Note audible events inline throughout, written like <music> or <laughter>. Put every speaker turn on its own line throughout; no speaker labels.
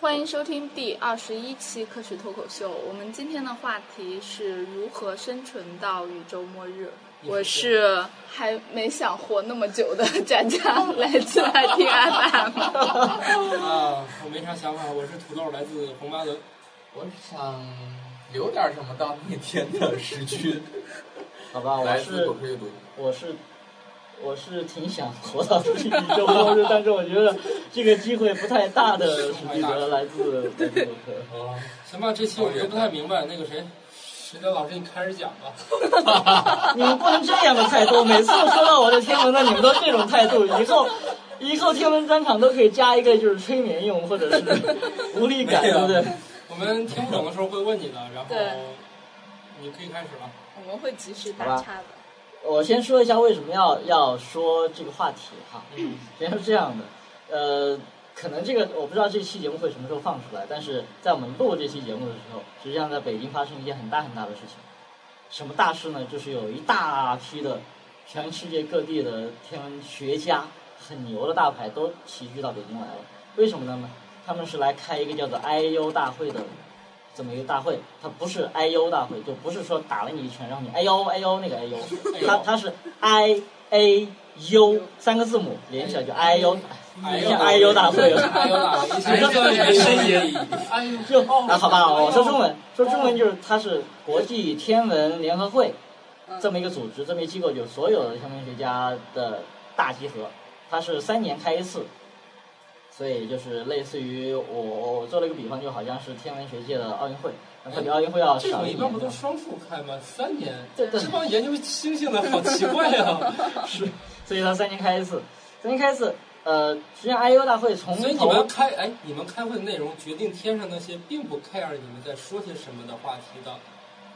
欢迎收听第二十一期科学脱口秀。我们今天的话题是如何生存到宇宙末日。我是还没想活那么久的佳佳，来自爱听 FM。
啊，我没啥想法，我是土豆，来自红八轮。
我是想留点什么到那天的时区。
好
啊
吧，我
来自
是
狗屁阅读，
我是我是挺想活到宇宙末
<laughs>
日，但是我觉得这个机会不太大的史蒂德来自来自我克
啊行吧，这期我就不太明白，那个谁，石德老师，你开始讲吧。
你们不能这样的态度，每次说到我的天文的，你们都这种态度，以后。 <laughs> 以后天文专场都可以加一个，就是催眠用或者是无力感，
没
对
有
不对？
我们听不懂的时候会问你的，然后
对
你可以开始了。
<laughs> 我们会及时打岔的。
我先说一下为什么要要说这个话题哈。
嗯，
先是这样的，呃，可能这个我不知道这期节目会什么时候放出来，但是在我们录这期节目的时候，实际上在北京发生一件很大很大的事情。什么大事呢？就是有一大批的全世界各地的天文学家，很牛的大牌都齐聚到北京来了。为什么呢？他们是来开一个叫做 IU 大会的这么一个大会，它不是 IU 大会，就不是说打了你一拳，然后你哎呦哎呦那个哎呦，它它是 I A U 三个字母连起来就 I U，
哎
像 I U 大会了。
哎呦打了一下，
哎呦
这
哎呦
深夜，哎呦，
就
哦
啊，好吧，我说中文，说中
哦
文就是它是国际天文联合会
嗯
这么一个组织，这么一机构，有所有的天文学家的大集合，它是三年开一次，所以就是类似于我我我做了一个比方，就好像是天文学界的奥运会，那它比奥运会要
这
少
种
一
一般
年
不
这
都
样。
双数开吗？三年，
对对
这帮研究星星的好奇怪啊呀。 <laughs>
是，所以它三年开一次，三年开一次，呃，实际上 I U 大会从
所以你
头
们开哎，你们开会的内容决定天上那些并不 care 你们在说些什么的话题的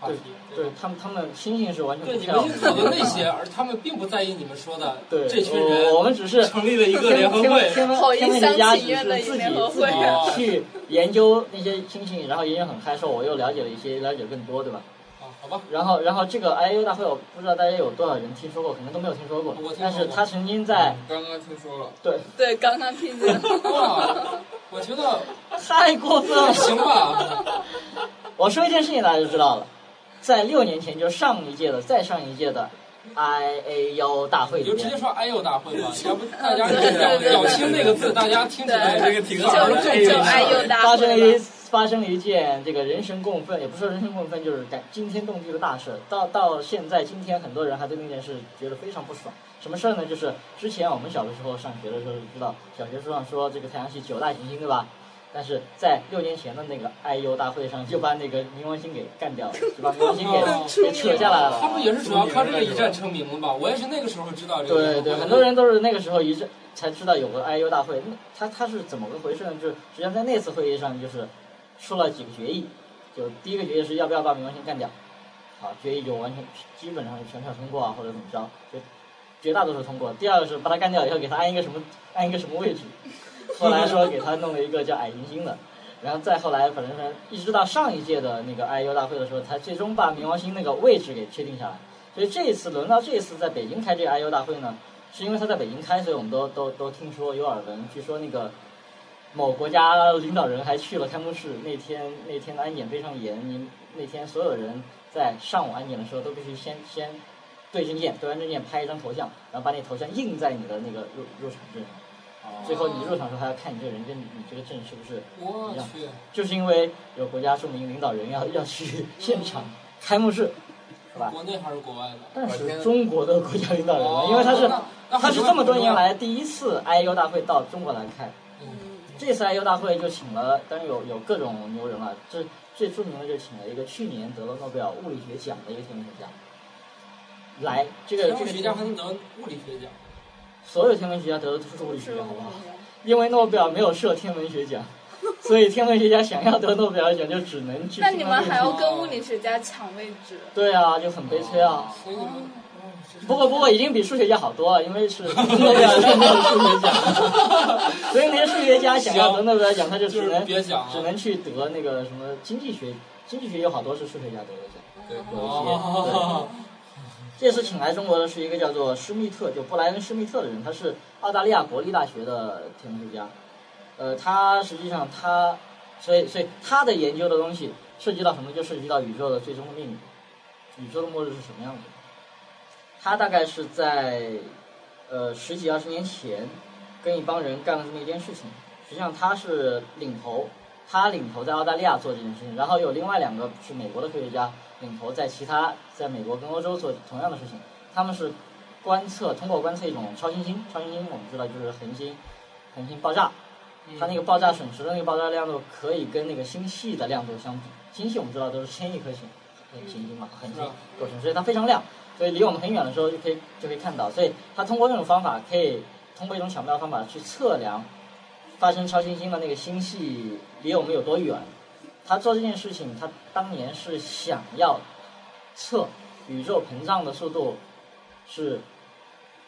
话题，
对
吧
他们他们星星是完全
对，
不
你
跳
们去讨论那些，而他们并不在意你们说的。
<laughs> 对，
这群人
我我们只是
成立了一个联合会，
天文
好一
天文
厢
学家
情
只
愿的
是
一
自己
联合啊
自己
会
<laughs> 去研究那些星星，然后研究很开，说我又了解了一些，了解更多，对吧？
啊，好吧，
然后，然后这个 I U 大会，我不知道大家有多少人听说过，可能都没有听说过
我听说过。嗯
但是他曾经在
刚刚听说了，
对 <laughs>
对，刚刚听见。 <laughs>
哇，啊我觉得
太过分了，
行吧，
我说一件事情大家就知道了，在六年前，就是上一届的，再上一届的 I A U 大会
你
里
就直接
面，
说哎呦大会吧，要不大家
对对对
咬清那个字，大家听起来
对
这个挺
就
好的这
就
个
就哎呦大
发生了
会
一
吧。
发生了一件这个人神共愤，也不是人神共愤，就是感惊天动地的大事。到到现在，今天很多人还对那件事觉得非常不爽。什么事儿呢？就是之前我们小的时候上学的时候就知道，小学书上说这个太阳系九大行星，对吧？但是在六年前的那个 I U 大会上，就把那个冥王星给干掉了，就把冥王星给给扯下来了。
他们也是主要靠这个一战成名的吧？我也是那个时候知道这个联
对
合会的。
对，很多人都是那个时候一直才知道有个 IU 大会，那他他是怎么个回事呢？就是实际上在那次会议上，就是出了几个决议，就第一个决议是要不要把冥王星干掉，好，决议就完全基本上是全票通过啊，或者怎么着，就绝大多数通过。第二个是把它干掉以后，给它安一个什么安一个什么位置，后来说给它弄了一个叫矮行星的。然后再后来，反正是一直到上一届的那个 IU 大会的时候，才最终把冥王星那个位置给确定下来。所以这一次轮到这一次在北京开这个 IU 大会呢，是因为他在北京开，所以我们都都都听说有耳闻。据说那个某国家领导人还去了开幕式，那天那天的安检非常严，你那天所有人在上午安检的时候都必须先先对证件，对完证件拍一张头像，然后把那头像印在你的那个入入场证上。最后你入场的时候还要看你这个人跟你这个证是不是，
我去，
就是因为有国家著名领导人要要去现场开幕式，是吧？
国内还是国外的？
但是中国的国家领导人呢，因为他是
哦那
他是这么多年，
那很
来第一次 IU 大会到中国来开，
嗯
这次 IU 大会就请了，当然有有各种牛人了，这最著名的就请了一个去年得了诺贝尔物理学奖的一个天文学家，来这个
天
这
文
个
嗯学家还能得物理学奖，
所有天文学家得的都是物理学奖，好不好？
嗯
因为诺贝尔没有设天文学奖，所以天文学家想要得诺贝尔奖就只能去
那你们还要
星
跟物理学家抢位置？
空对啊，就很悲催啊。
所以你们。
<laughs> 不过不过已经比数学家好多了，因为是诺贝尔没有数学奖，所以那些数学家想要得诺贝尔奖，他就
就
只
是
能
别讲了，
只能去得那个什么经济学，经济学有好多是数学家得的奖。
对，
哦，
这次请来中国的是一个叫做施密特，就布莱恩·施密特的人，他是澳大利亚国立大学的天文学家。呃，他实际上他所以，所以他的研究的东西涉及到什么？就涉及到宇宙的最终的命运，宇宙的末日是什么样子的？他大概是在呃十几二十年前跟一帮人干了这么一件事情。实际上他是领头，他领头在澳大利亚做这件事情，然后有另外两个是美国的科学家领头在其他在美国跟欧洲做同样的事情。他们是观测，通过观测一种超新星，超新星我们知道就是恒星，恒星爆炸。
嗯
它那个爆炸损失的那个爆炸亮度可以跟那个星系的亮度相比。星系我们知道都是千亿颗星，那个行星嘛，恒星构成，所以它非常亮，所以离我们很远的时候就可以就可以看到。所以它通过这种方法，可以通过一种想不到的方法去测量发生超新星的那个星系离我们有多远。他做这件事情，他当年是想要测宇宙膨胀的速度是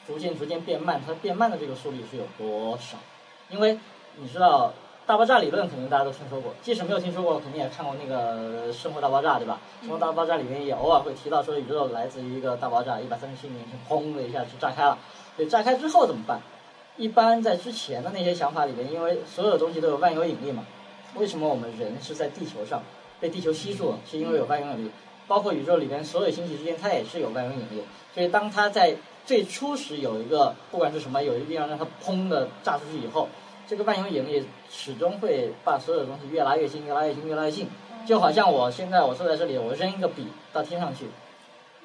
逐渐逐渐变慢，它变慢的这个速率是有多少？因为你知道大爆炸理论肯定大家都听说过，即使没有听说过，肯定也看过那个《生活大爆炸》，对吧？《生活大爆炸》里面也偶尔会提到说宇宙来自于一个大爆炸，一百三十七年前砰的一下就炸开了。对，炸开之后怎么办？一般在之前的那些想法里面，因为所有东西都有万有引力嘛，为什么我们人是在地球上被地球吸住了？是因为有万有引力，包括宇宙里边所有星体之间它也是有万有引力，所以当它在最初时有一个不管是什么，有一个地方让它砰的炸出去以后。这个万有引力始终会把所有的东西越拉越近，越拉越近，越拉越近。就好像我现在我坐在这里，我扔一个笔到天上去，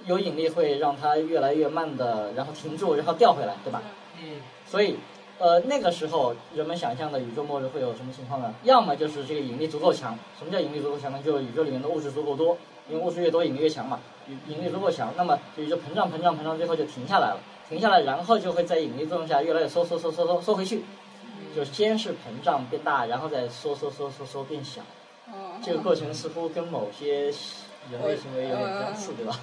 有引力会让它越来越慢的，然后停住，然后掉回来，对吧？
嗯，
所以，呃，那个时候人们想象的宇宙末日会有什么情况呢？要么就是这个引力足够强。什么叫引力足够强呢？就是宇宙里面的物质足够多，因为物质越多，引力越强嘛。引引力足够强，那么宇宙膨胀、膨胀、膨胀，最后就停下来了。停下来，然后就会在引力作用下越来越缩、缩、缩、缩、缩、缩回去。就先是膨胀变大，然后再缩缩缩缩缩变小。
嗯，
这个过程似乎跟某些人类行为有点相似，对吧？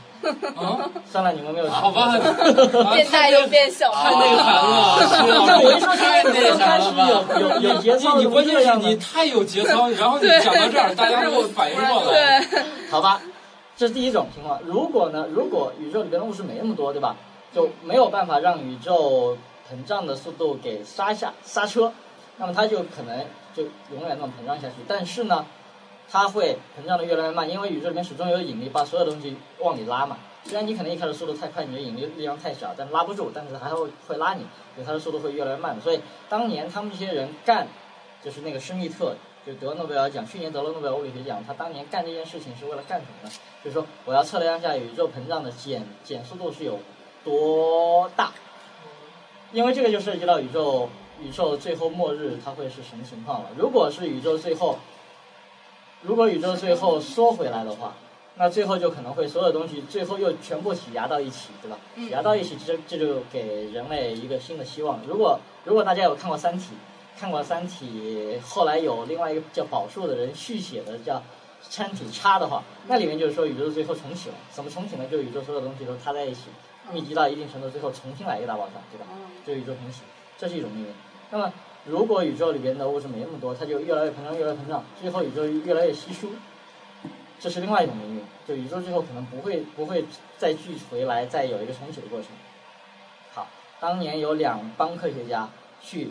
啊，
算了，你们没有 <laughs>
好吧，啊
变大又变小
啊
太内涵了，是啊，
我一说
太内
开
涵
始
了吧？
有有有节操，
你关键
这
是
样的
你太有节操，然后你讲到这儿，大家都反应过来，
<laughs> 对，
好吧，这是第一种情况。如果呢，如果宇宙里边的物质没那么多，对吧？就没有办法让宇宙膨胀的速度给刹下刹车，那么它就可能就永远那么膨胀下去。但是呢，它会膨胀的越来越慢，因为宇宙里面始终有引力把所有东西往里拉嘛。虽然你可能一开始速度太快，你的引力力量太小，但拉不住，但是还会会拉你，所以它的速度会越来越慢。所以当年他们这些人干，就是那个施密特就得诺贝尔奖，去年得了诺贝尔物理学奖。他当年干这件事情是为了干什么呢？就是说我要测量一下宇宙膨胀的减减速度是有多大，因为这个就涉及到宇宙宇宙最后末日它会是什么情况了。如果是宇宙最后，如果宇宙最后缩回来的话，那最后就可能会所有东西最后又全部挤压到一起，对吧？挤压到一起，这这就给人类一个新的希望。如果如果大家有看过《三体》，看过《三体》，后来有另外一个叫宝树的人续写的叫《三体叉》的话，那里面就是说宇宙最后重启了。怎么重启呢？就宇宙所有东西都塌在一起，密集到一定程度，最后重新来一个大爆炸，对吧？
嗯
就宇宙重启，这是一种命运。那么如果宇宙里边的物质没那么多，它就越来越膨胀，越来越膨胀，最后宇宙越来越稀疏。这是另外一种命运，就宇宙最后可能不会不会再聚回来，再有一个重启的过程。好，当年有两帮科学家去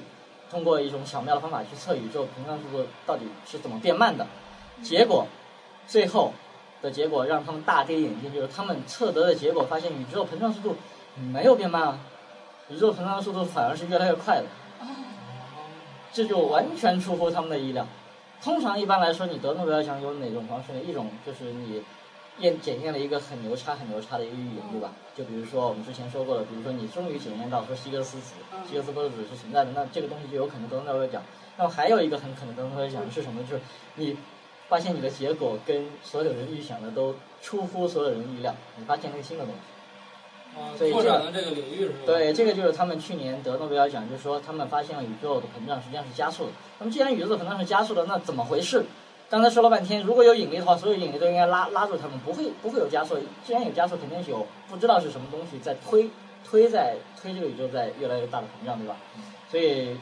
通过一种巧妙的方法去测宇宙膨胀速度到底是怎么变慢的，结果最后的结果让他们大跌眼镜，就是他们测得的结果发现宇宙膨胀速度没有变慢啊，宇宙膨胀速度反而是越来越快的，这就完全出乎他们的意料。通常一般来说，你得诺贝尔奖有哪种方式呢？一种就是你验检验了一个很牛叉、很牛叉的一个预言，对吧？就比如说我们之前说过的，比如说你终于检验到说希格斯子、希格斯波子是存在的，那这个东西就有可能得诺贝尔奖。那么还有一个很可能得诺贝尔奖是什么？就是你发现你的结果跟所有人预想的都出乎所有人意料，你发现了一个新的东西。
啊拓展了这个领域是吧？
对，这个就是他们去年得诺贝尔奖，就是说他们发现了宇宙的膨胀实际上是加速的。那么既然宇宙的膨胀是加速的，那怎么回事？刚才说了半天，如果有引力的话，所有引力都应该拉拉住它们，不会不会有加速。既然有加速，肯定是有不知道是什么东西在推推在推这个宇宙在越来越大的膨胀，对吧？所以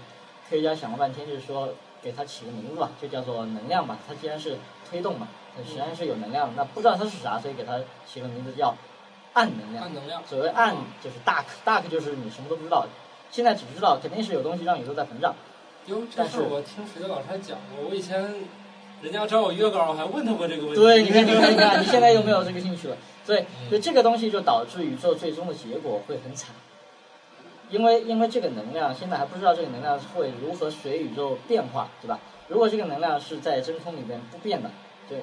科学家想了半天，就是说给它起个名字吧，就叫做能量吧。它既然是推动嘛，它实际上是有能量的。那不知道它是啥，所以给它起个名字叫暗能量
暗。能量，
所谓暗就是 dark，dark 就是你什么都不知道，现在只知道肯定是有东西让宇宙在膨胀。
哟，这事儿我听谁的老师还讲过，我以前人家找我约稿，我还问他过这个问题。 <laughs>
对，你看，你看，你看，你现在又没有这个兴趣了，所以就这个东西就导致宇宙最终的结果会很惨，因为因为这个能量现在还不知道这个能量会如何随宇宙变化，对吧？如果这个能量是在真空里面不变的，对，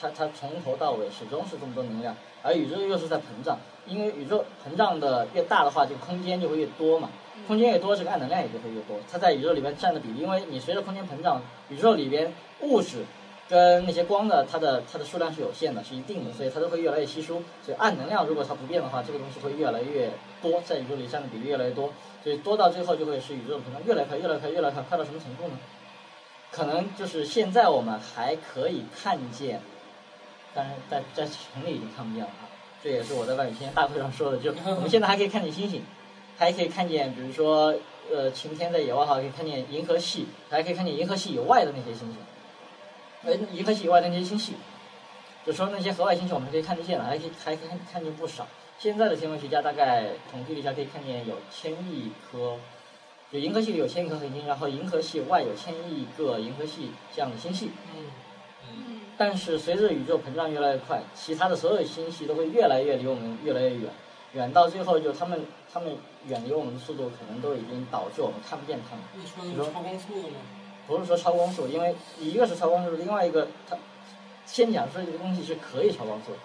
它它从头到尾始终是这么多能量，而宇宙又是在膨胀，因为宇宙膨胀的越大的话，这个空间就会越多嘛，空间越多，这个暗能量也就会越多，它在宇宙里面占的比例，因为你随着空间膨胀，宇宙里边物质。跟那些光的，它的它的数量是有限的，是一定的，所以它都会越来越稀疏。所以暗能量如果它不变的话，这个东西会越来越多，在宇宙里占的比例越来越多。所以多到最后就会使宇宙的膨胀越来越快，越来越快，越来越快，快到什么程度呢？可能就是现在我们还可以看见，但是在在城里已经看不见了啊。这也是我在万语天大会上说的，就我们现在还可以看见星星，还可以看见，比如说呃晴天在野外的话，可以看见银河系，还可以看见银河系以外的那些星星。呃，银河系以外的那些星系，就说那些河外星系，我们可以看得见了，还可以还可以看看见不少。现在的天文学家大概统计了一下，可以看见有千亿颗，就银河系里有千亿颗恒星，然后银河系外有千亿个银河系这样的星系。
嗯，
嗯，
但是随着宇宙膨胀越来越快，其他的所有星系都会越来越离我们越来越远，远到最后就他们他们远离我们的速度，可能都已经导致我们看不见他们。
你说的是超光速的吗？
不是说超光速，因为一个是超光速，另外一个它先讲说这个东西是可以超光速的。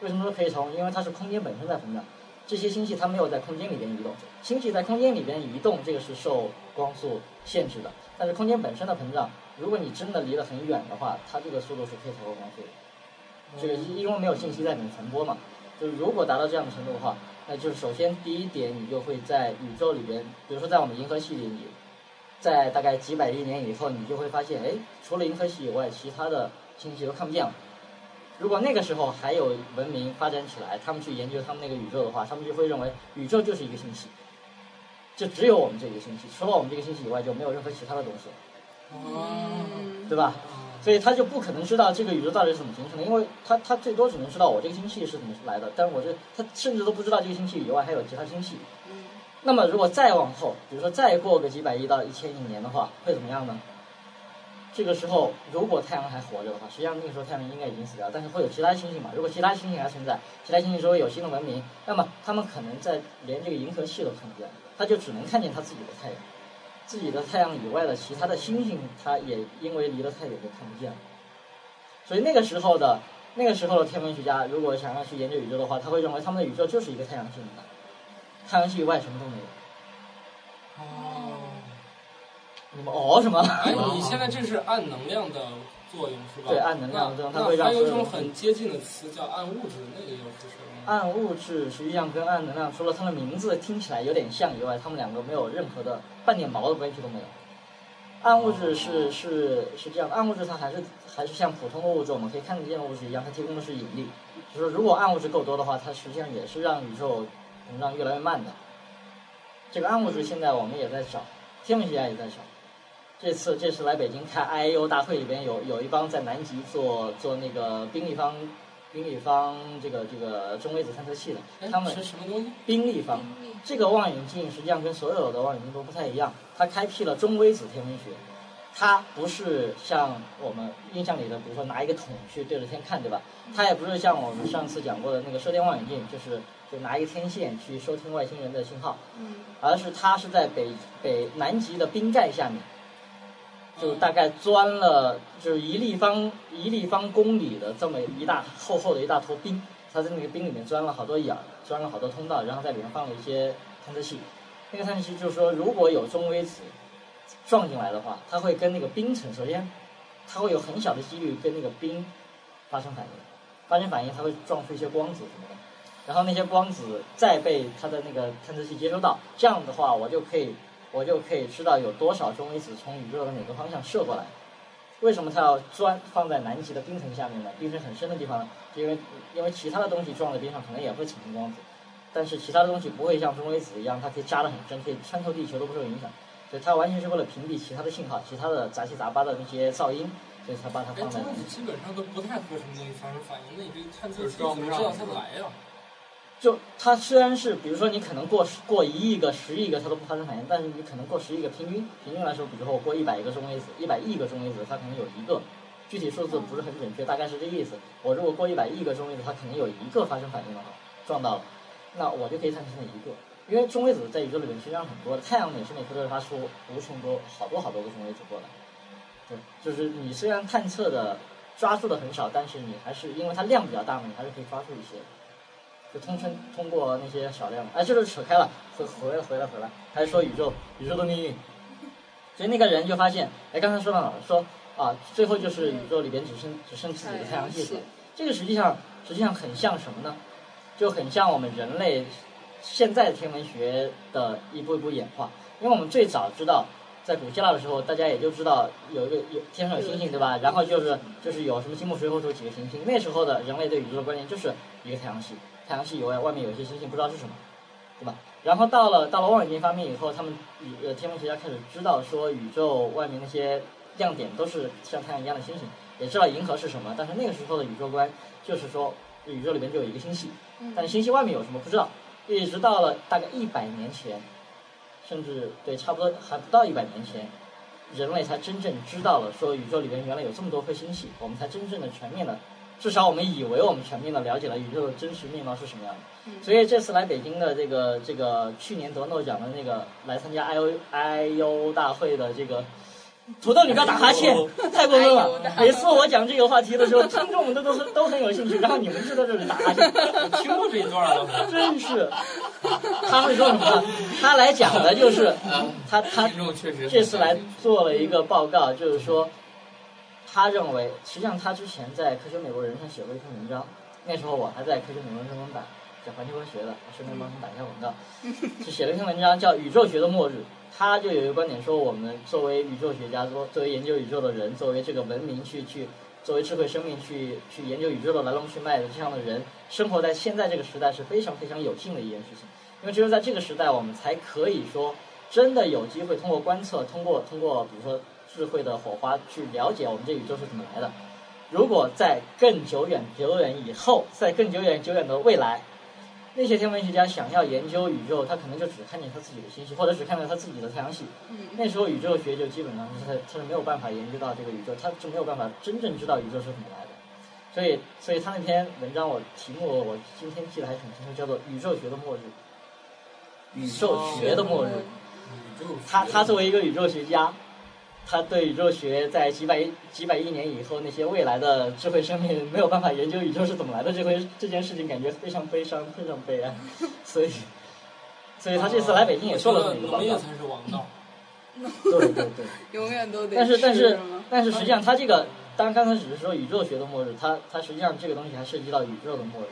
为什么说可以超光速？因为它是空间本身在膨胀，这些星系它没有在空间里边移动，星系在空间里边移动这个是受光速限制的，但是空间本身的膨胀，如果你真的离得很远的话，它这个速度是可以超过光速的。这个因为没有信息在里面传播嘛，就是如果达到这样的程度的话，那就是首先第一点，你就会在宇宙里边，比如说在我们银河系里，你在大概几百亿年以后，你就会发现，哎，除了银河系以外，其他的星系都看不见了。如果那个时候还有文明发展起来，他们去研究他们那个宇宙的话，他们就会认为宇宙就是一个星系，就只有我们这一个星系，除了我们这个星系以外，就没有任何其他的东西了，
哦，
对吧？所以他就不可能知道这个宇宙到底是怎么形成的，因为他他最多只能知道我这个星系是怎么来的，但是我这他甚至都不知道这个星系以外还有其他星系。那么如果再往后，比如说再过个几百亿到一千亿年的话，会怎么样呢？这个时候，如果太阳还活着的话，实际上那个时候太阳应该已经死掉了，但是会有其他星星嘛？如果其他星星还存在，其他星星周围有新的文明，那么他们可能在连这个银河系都看不见，他就只能看见他自己的太阳，自己的太阳以外的其他的星星，他也因为离得太远就看不见了。所以那个时候的那个时候的天文学家，如果想要去研究宇宙的话，他会认为他们的宇宙就是一个太阳系那么大，太阳系以外什么都没有。
哦，
你们哦什么？
哎，你现在这是暗能量的作用是吧？
对暗能量的作用它会
那
让
还有一
所有
种
东西啊
很接近的词叫暗物质，那个又是什么？
暗物质实际上跟暗能量，除了它的名字听起来有点像以外，它们两个没有任何的半点毛的关系都没有。暗物质是是是这样的，暗物质它还是还是像普通的物质，我们可以看得见的物质一样，它提供的是引力。就是如果暗物质够多的话，它实际上也是让宇宙膨胀越来越慢的。这个暗物质现在我们也在找，天文学家也在找。这次这次来北京开 IAU 大会里边有有一帮在南极做做那个冰立方冰立方这个这个中微子探测器的，他
哎，
们
是什么东西？
冰立方这个望远镜实际上跟所有的望远镜都不太一样，它开辟了中微子天文学，它不是像我们印象里的，比如说拿一个桶去对着天看，对吧？它也不是像我们上次讲过的那个射电望远镜，就是就拿一个天线去收听外星人的信号，
嗯，
而是它是在北北南极的冰盖下面，
啊
就大概钻了就是一立方一立方公里的这么一大厚厚的一大坨冰，它在那个冰里面钻了好多眼儿，钻了好多通道，然后在里面放了一些探测器。那个探测器就是说，如果有中微子撞进来的话，它会跟那个冰层，首先它会有很小的几率跟那个冰发生反应，发生反应它会撞出一些光子什么的。然后那些光子再被它的那个探测器接收到，这样的话我就可以我就可以知道有多少中微子从宇宙的哪个方向射过来。为什么它要钻放在南极的冰层下面呢？冰层很深的地方呢，因为因为其他的东西撞在冰上可能也会产生光子，但是其他的东西不会像中微子一样，它可以扎得很深，可以穿透地球都不受影响。所以它完全是为了屏蔽其他的信号、其他的杂七杂八的那些噪音，所以才把它
哎，
放在
中
那
子
里。
基本上都不太和什么东西发生反应，那你这探测器
就是装
怎
不
么
上
知道它来呀？
就它虽然是，比如说你可能过十过一亿个、十亿个它都不发生反应，但是你可能过十亿个，平均平均来说，比如说我过一百个中微子，一百亿个中微子，它可能有一个具体数字不是很准确，大概是这意思。我如果过一百亿个中位子，它可能有一个发生反应了，撞到了，那我就可以算成一个。因为中微子在宇宙里面实际上很多的，太阳每时每刻都会发出无穷多、好多好多个中微子过来。对，就是你虽然探测的抓住的很少，但是你还是因为它量比较大嘛，你还是可以抓住一些。就通称通过那些少量，哎，这就扯开了，回回来回来回来，还是说宇宙宇宙的命运。所以那个人就发现，哎，刚才说到哪儿？说啊，最后就是宇宙里边只剩只剩自己的太阳系
太
了
阳系。
这个实际上实际上很像什么呢？就很像我们人类现在天文学的一步一步演化，因为我们最早知道，在古希腊的时候，大家也就知道有一个有天上有星星，对吧？然后就是就是有什么金木水火土几个行星，那时候的人类对宇宙的观念就是一个太阳系，太阳系以外外面有一些星星不知道是什么，对吧？然后到了到了望远镜发明以后，他们宇呃天文学家开始知道说宇宙外面那些亮点都是像太阳一样的星星，也知道银河是什么，但是那个时候的宇宙观就是说宇宙里面就有一个星系，
嗯
但是星系外面有什么不知道。一直到了大概一百年前，甚至对，差不多还不到一百年前，人类才真正知道了说宇宙里面原来有这么多颗星系，我们才真正的全面的，至少我们以为我们全面的了解了宇宙的真实面貌是什么样的。所以这次来北京的这个这个去年得诺奖的那个来参加 I O I O 大会的这个。土豆，你不要打哈欠，太过分了
IO！大
每次我讲这个话题的时候，听众们都都是都很有兴趣，然后你们就在这里打哈欠，
我听过这一段 <laughs> 了吗？
真是，他会说什么？他来讲的就是
啊，
他他
听众确实
这次来做了一个报告，就是说，他认为，实际上他之前在《科学美国人》上写过一篇文章，那时候我还在《科学美国人》中文版讲环球科学的，我顺便帮他们打一下广告，就写了一篇文章叫《宇宙学的末日》。他就有一个观点说，我们作为宇宙学家，作作为研究宇宙的人，作为这个文明去去，作为智慧生命去去研究宇宙的来龙去脉的这样的人，生活在现在这个时代是非常非常有幸的一件事情，因为只有在这个时代，我们才可以说真的有机会通过观测，通过通过比如说智慧的火花去了解我们这宇宙是怎么来的。如果在更久远、久远以后，在更久远、久远的未来，那些天文学家想要研究宇宙，他可能就只看见他自己的星系，或者只看到他自己的太阳系。那时候宇宙学就基本上是他他是没有办法研究到这个宇宙，他是没有办法真正知道宇宙是怎么来的。所以，所以他那篇文章我题目我今天记得还挺清楚，叫做《宇宙学的末日》。宇宙学的末日。
宇宙学
他他
啊
作为一个宇宙学家，他对宇宙学在几百几百亿年以后那些未来的智慧生命没有办法研究宇宙是怎么来的这回这件事情，感觉非常悲伤，非常悲哀。 <laughs> 所以，所以他这次来北京也做了
我
很
觉得
多报
农业
告。
才是王道。
对对对。
永远都得
但是但是
吗
但是实际上它这个，当然刚才只是说宇宙学的末日，它它实际上这个东西还涉及到宇宙的末日。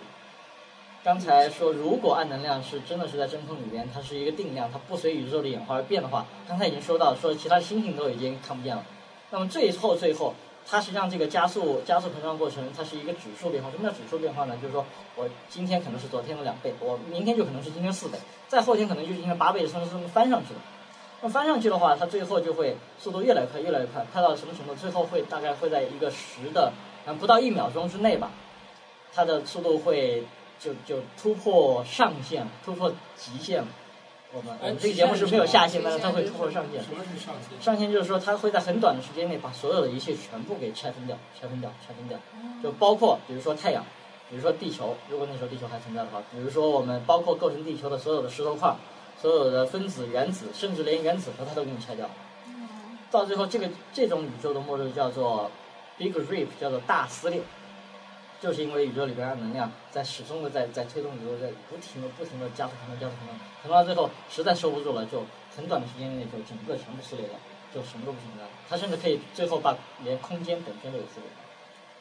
刚才说，如果暗能量是真的是在真空里边，它是一个定量，它不随宇宙的演化而变的话，刚才已经说到，说其他星星都已经看不见了。那么最后最后，它实际上这个加速加速膨胀过程，它是一个指数变化。什么叫指数变化呢？就是说我今天可能是昨天的两倍，我明天就可能是今天四倍，再后天可能就是今天八倍，甚至这么翻上去了。那翻上去的话，它最后就会速度越来越快，越来越快，快到什么程度？最后会大概会在一个十的，嗯，不到一秒钟之内吧，它的速度会就就突破上限，突破极限了。我们我们这个节目是没有下限，但是它会突破上限。
什么是上限？
上限就是说，它会在很短的时间内把所有的一切全部给拆分掉、拆分掉、拆分掉，就包括比如说太阳，比如说地球，如果那时候地球还存在的话，比如说我们包括构成地球的所有的石头块儿、所有的分子、原子，甚至连原子核它都给你拆掉。到最后，这个这种宇宙的末日叫做 Big Rip，叫做大撕裂，就是因为宇宙里边暗能量在始终的在在推动宇宙在不停的不停的加速膨胀加速膨胀，膨胀到最后实在受不住了，就很短的时间内就整个全部撕裂掉，就什么都不存在了。它甚至可以最后把连空间本身都给撕裂掉。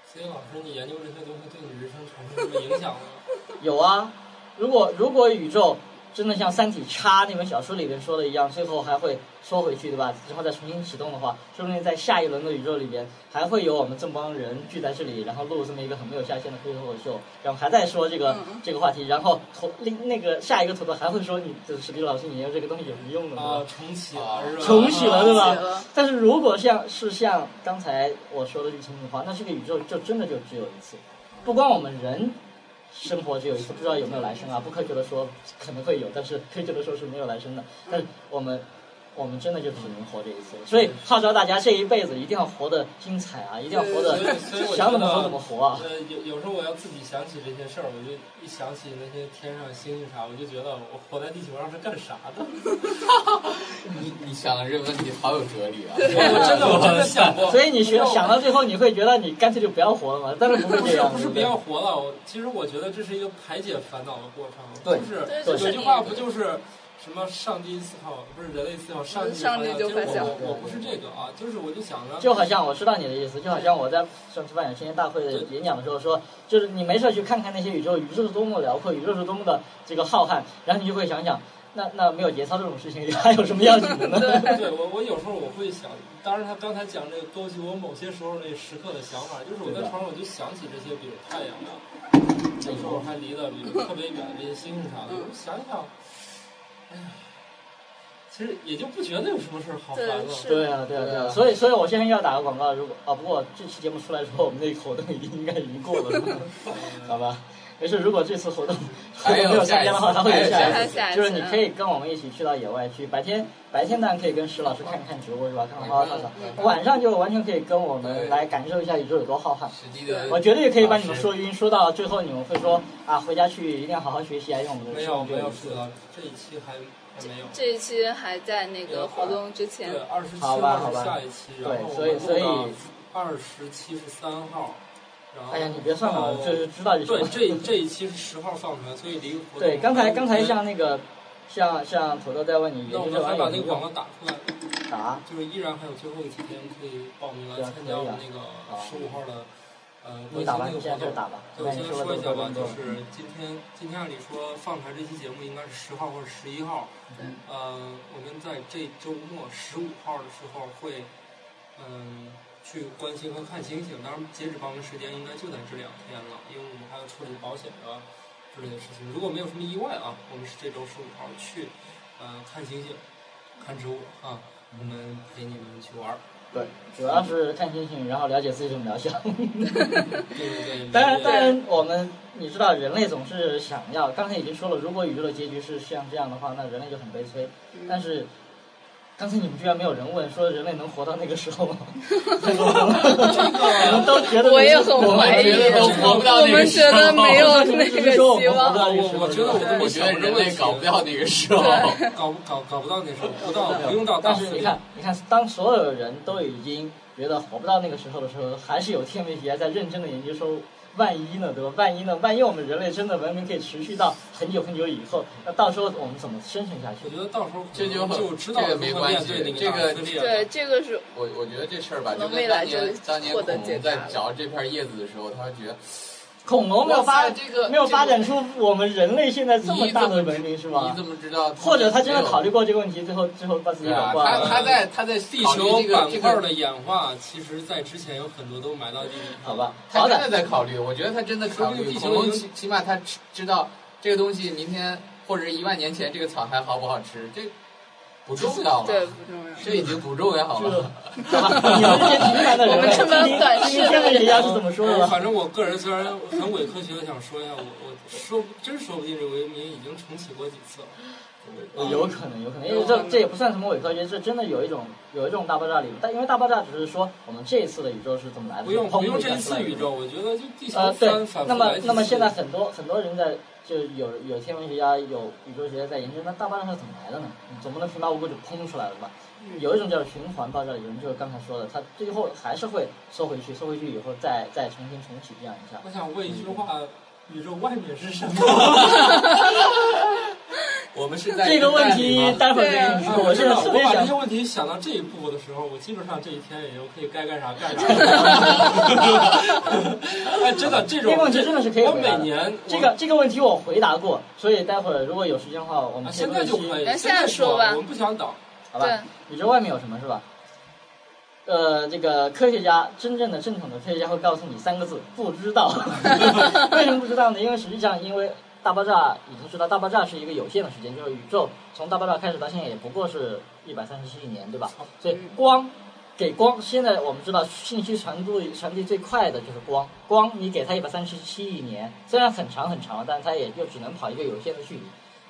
所以老师，你研究这些东西对你人生产生什么影响吗？
<laughs> 有啊，如果如果宇宙真的像《三体》叉那本小说里边说的一样，最后还会缩回去，对吧？然后再重新启动的话，说不定在下一轮的宇宙里边，还会有我们这帮人聚在这里，然后录这么一个很没有下限的科学脱口秀，然后还在说这个、这个话题，然后头另那个下一个头头还会说你，就是史迪老师，你研究这个东西有什么用
<laughs>
的
啊
吗？，
重启了是吧？
重启了，
重
对
启
吧
了？
但是如果像是像刚才我说的绿氢的话，那这个宇宙就真的就只有一次，不光我们人生活只有一次，不知道有没有来生啊？不科学的说可能会有，但是科学的说是没有来生的。但是我们我们真的就只能活这一次，所以号召大家这一辈子一定要活得精彩啊，一定要活得
对所以所以我觉得
想怎么活怎么活啊！
呃，有有时候我要自己想起这些事儿，我就一想起那些天上星星啥，我就觉得我活在地球上是干啥 <laughs> 的？
你你想的这个问题好有哲理啊！
哎我真的我真的想过。
所以你学想到最后，你会觉得你干脆就不要活了嘛？但是不是
不
这
是
样，
不是
对
不
对
要活了，我其实我觉得这是一个排解烦恼的过程，
对
就是
对就
对
是
有
你
句话不就是什么上帝思考不是人类思考，上帝
上帝就
发
发
现
现
我我我不是这个啊，就是我就想着
就好像我知道你的意思，就好像我在上次扮演青年大会的演讲的时候说，就是你没事去看看那些宇宙，宇宙是多么辽阔，宇宙是多么的这个浩瀚，然后你就会想想，那那没有节操这种事情，还有什么要紧的呢？ <laughs>
对我，我有时候我会想，当然他刚才讲这个勾起我某些时候那时刻的想法，就是我在床上我就想起这些，比如太阳啊，有
嗯
时候还离得比如特别远这些星星啥的，我想一想，哎呀，其实也就不觉得有什么事儿好烦
对
了。
是，
对啊，对啊，对啊，所以，所以我现在要打个广告，如果啊，不过这期节目出来之后，我们那个活动已经应该已经过了， <laughs> 好吧？没事，如果这次活动活动
还有
没有参加的话，它会有
下
一
下一
次
次，就是你可以跟我们一起去到野外去，白天白天当然可以跟石老师看看直播是吧？看看花花草草，晚上就完全可以跟我们来感受一下宇宙有多浩瀚。
实际的
我绝对可以把你们说晕，说到最后你们会说啊，回家去一定要好好学习啊，因为我们的
没
生
有
命只
没
有
有
一
是
次。
的，这一期还还没有。
这一期还在那个活动之前
对，，二十七
好吧
号
好吧
是下一期，然后
对，所以所以，
二十七是三号，然后
哎呀，你别算了，就是知道就行
对
了。
这这一期是十号上传，所以离活动
<laughs> 对，刚才刚才像那个，像像土豆在问哎你
那我
研
们
究
还
完
把
有
那
没
个
有
广
用
告打出来，
啥？
就是依然还有最后几天可以报名
啊
来参加我们那个十五号的呃国
你
庆
打吧，
那
你
个
现
活
在就
动。
打吧。
对，
那
我
你
先
说
说一
了这
下
么多
吧，就
东西，
是今天今天按理说放出来这期节目应该是十号或者十一号，呃，我们在这周末十五号的时候会嗯、去关心和看星星，当然截止报名时间应该就在这两天了，因为我们还要处理保险的之类的事情。如果没有什么意外啊，我们是这周十五号去呃看星星，看植物啊，我们陪你们去玩儿。
对，主要是看星星，然后了解自己怎么疗效。
对对对，
当然，
对
当然，我们你知道，人类总是想要，刚才已经说了，如果宇宙的结局是像这样的话，那人类就很悲催。
嗯
但是，刚才你们居然没有人问说人类能活到那个时候吗？太过分了你们都觉得
<laughs> 我也
自己
很
们
怀疑
觉得都活不
我
到那个
们
时
觉
候
得没有那
你们只是说我
个希
们活
望。
不到那个时候
我我觉得我
我觉得人类搞不到那个时候。
搞不搞搞不到那时候，不到不用到大
但
四
是你
点
看，你看，当所有人都已经觉得活不到那个时候的时候，还是有天文学家在认真的研究说，万一呢，对吧？万一呢？万一我们人类真的文明可以持续到很久很久以后，那到时候我们怎么生存下
我
去？
觉得到时候
这就
就知道
这个
如
没
何面
关系
对那
这
大
个
撕裂了
对，这个是
我我觉得这事儿吧，
可能
就跟
未
当
来就
年当年
获得
恐
解
龙
答
在
了
找这片叶子的时候，他觉得
恐龙没有发
哇塞这个
没有发展
这
出我们人类现在
个
这么大的文明是
你
吧？
怎么知道？
或者他真的考虑过这个问题，最后最后把自己
对
搞
啊，
挂
他
了？
他在他在
地
考虑
球
这
板
个这
块
个
的演化，其实在之前有很多都埋到地里。
好吧，
他
好
真
歹
的在考虑，我觉得他真的考
说不
虑。
定地球
恐龙
已经
起起码他知知道这个东西明天或者是一万年前这个草还好不好吃，这不重要
对
了，
不重要。
这已经不重要
就是
了。
好吧你们这些平凡的人
我
类，
们这么
听
短
听
视
听天文学家是怎么说的
呃
吧？
反正我个人虽然很伪科学的想说一下，我我说不真说不定这个文明已经重启过几次了。嗯啊
有可能，有可能，因为这这也不算什么伪科学，这真的有一种有一种大爆炸理论，但因为大爆炸只是说我们这一次的宇宙是怎么来的，
不用
砰
不用
一下
这一
出来
次
的
宇。宙，我觉得就地球
呃，对
翻反，
那
复
么
来几
那么
次
现在很多很多人在就有有天文学家有宇宙学家在研究，那大爆炸是怎么来的呢？总不能平白无故就砰出来了吧？有一种叫循环爆炸理论，就是刚才说的，它最后还是会收回去，收回去以后再再重新重启这样一下。
我想问一句话：宇宙外面是什么？
<laughs>
<laughs> 我们是在
这个问题
一代
待会儿再跟你
对
<laughs> 说，我现在特别
啊我把
想
这些问题想到这一步的时候，我基本上这一天也就可以该干啥干
<laughs>
啥。哎，真的这种
这个问题真的是可以
我
回答
每
的
年
这个这个问题我回答过，所以待会儿如果有时间的话，我
我
们
啊
可以
现
录
在
一
就
期，
可以，
咱
现在
现在说吧
我们不想等。
好
对
吧？，宇宙外面有什么是吧？呃，这个科学家真正的正统的科学家会告诉你三个字：不知道。 <laughs> 为什么不知道呢？因为实际上，因为大爆炸，你都知道，大爆炸是一个有限的时间，就是宇宙从大爆炸开始到现在也不过是一百三十七亿年，对吧？所以光给光，现在我们知道信息传度传递最快的就是光。光你给它一百三十七亿年，虽然很长很长，但它也就只能跑一个有限的距离。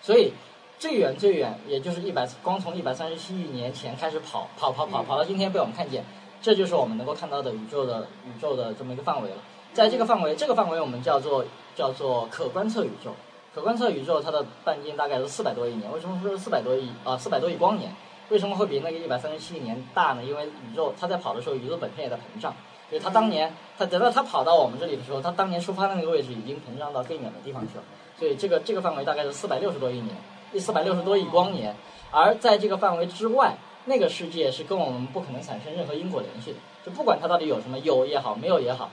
所以最远最远也就是一百，光从一百三十七亿年前开始跑，跑跑跑
嗯
跑到今天被我们看见，这就是我们能够看到的宇宙的宇宙的这么一个范围了。在这个范围，这个范围我们叫做叫做可观测宇宙。可观测宇宙它的半径大概是四百多亿年，为什么说是四百多亿啊？四、0百多亿光年？为什么会比那个一百三十七亿年大呢？因为宇宙它在跑的时候，宇宙本身也在膨胀，所以它当年它等到它跑到我们这里的时候，它当年出发的那个位置已经膨胀到更远的地方去了。所以这个这个范围大概是四百六十多亿年，一四百六十多亿光年。而在这个范围之外，那个世界是跟我们不可能产生任何因果联系的。就不管它到底有什么有也好，没有也好，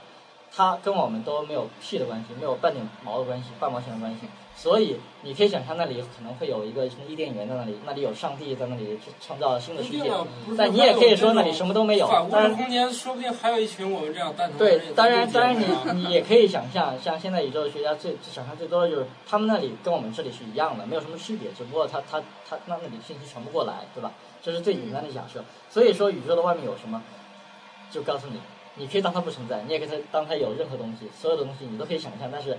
它跟我们都没有屁的关系，没有半点毛的关系，半毛钱的关系。所以你可以想象那里可能会有一个什么伊甸园在那里，那里有上帝在那里创造新的世
不一
界
定。啊不是
但你也可以说那里什
么
么都没有
反，乌
当
的
然
空间，说不定还有一群我们这样蛋疼的
对
人也，在
当然
这
当然
里啊
你你也可以想象，像现在宇宙学家最最想象最多的就是他们那里跟我们这里是一样的，没有什么区别，只不过他他他那那里信息传不过来，对吧？这是最简单的假设。所以说宇宙的外面有什么，就告诉你，你可以当它不存在，你也可以当它有任何东西，所有的东西你都可以想象，但是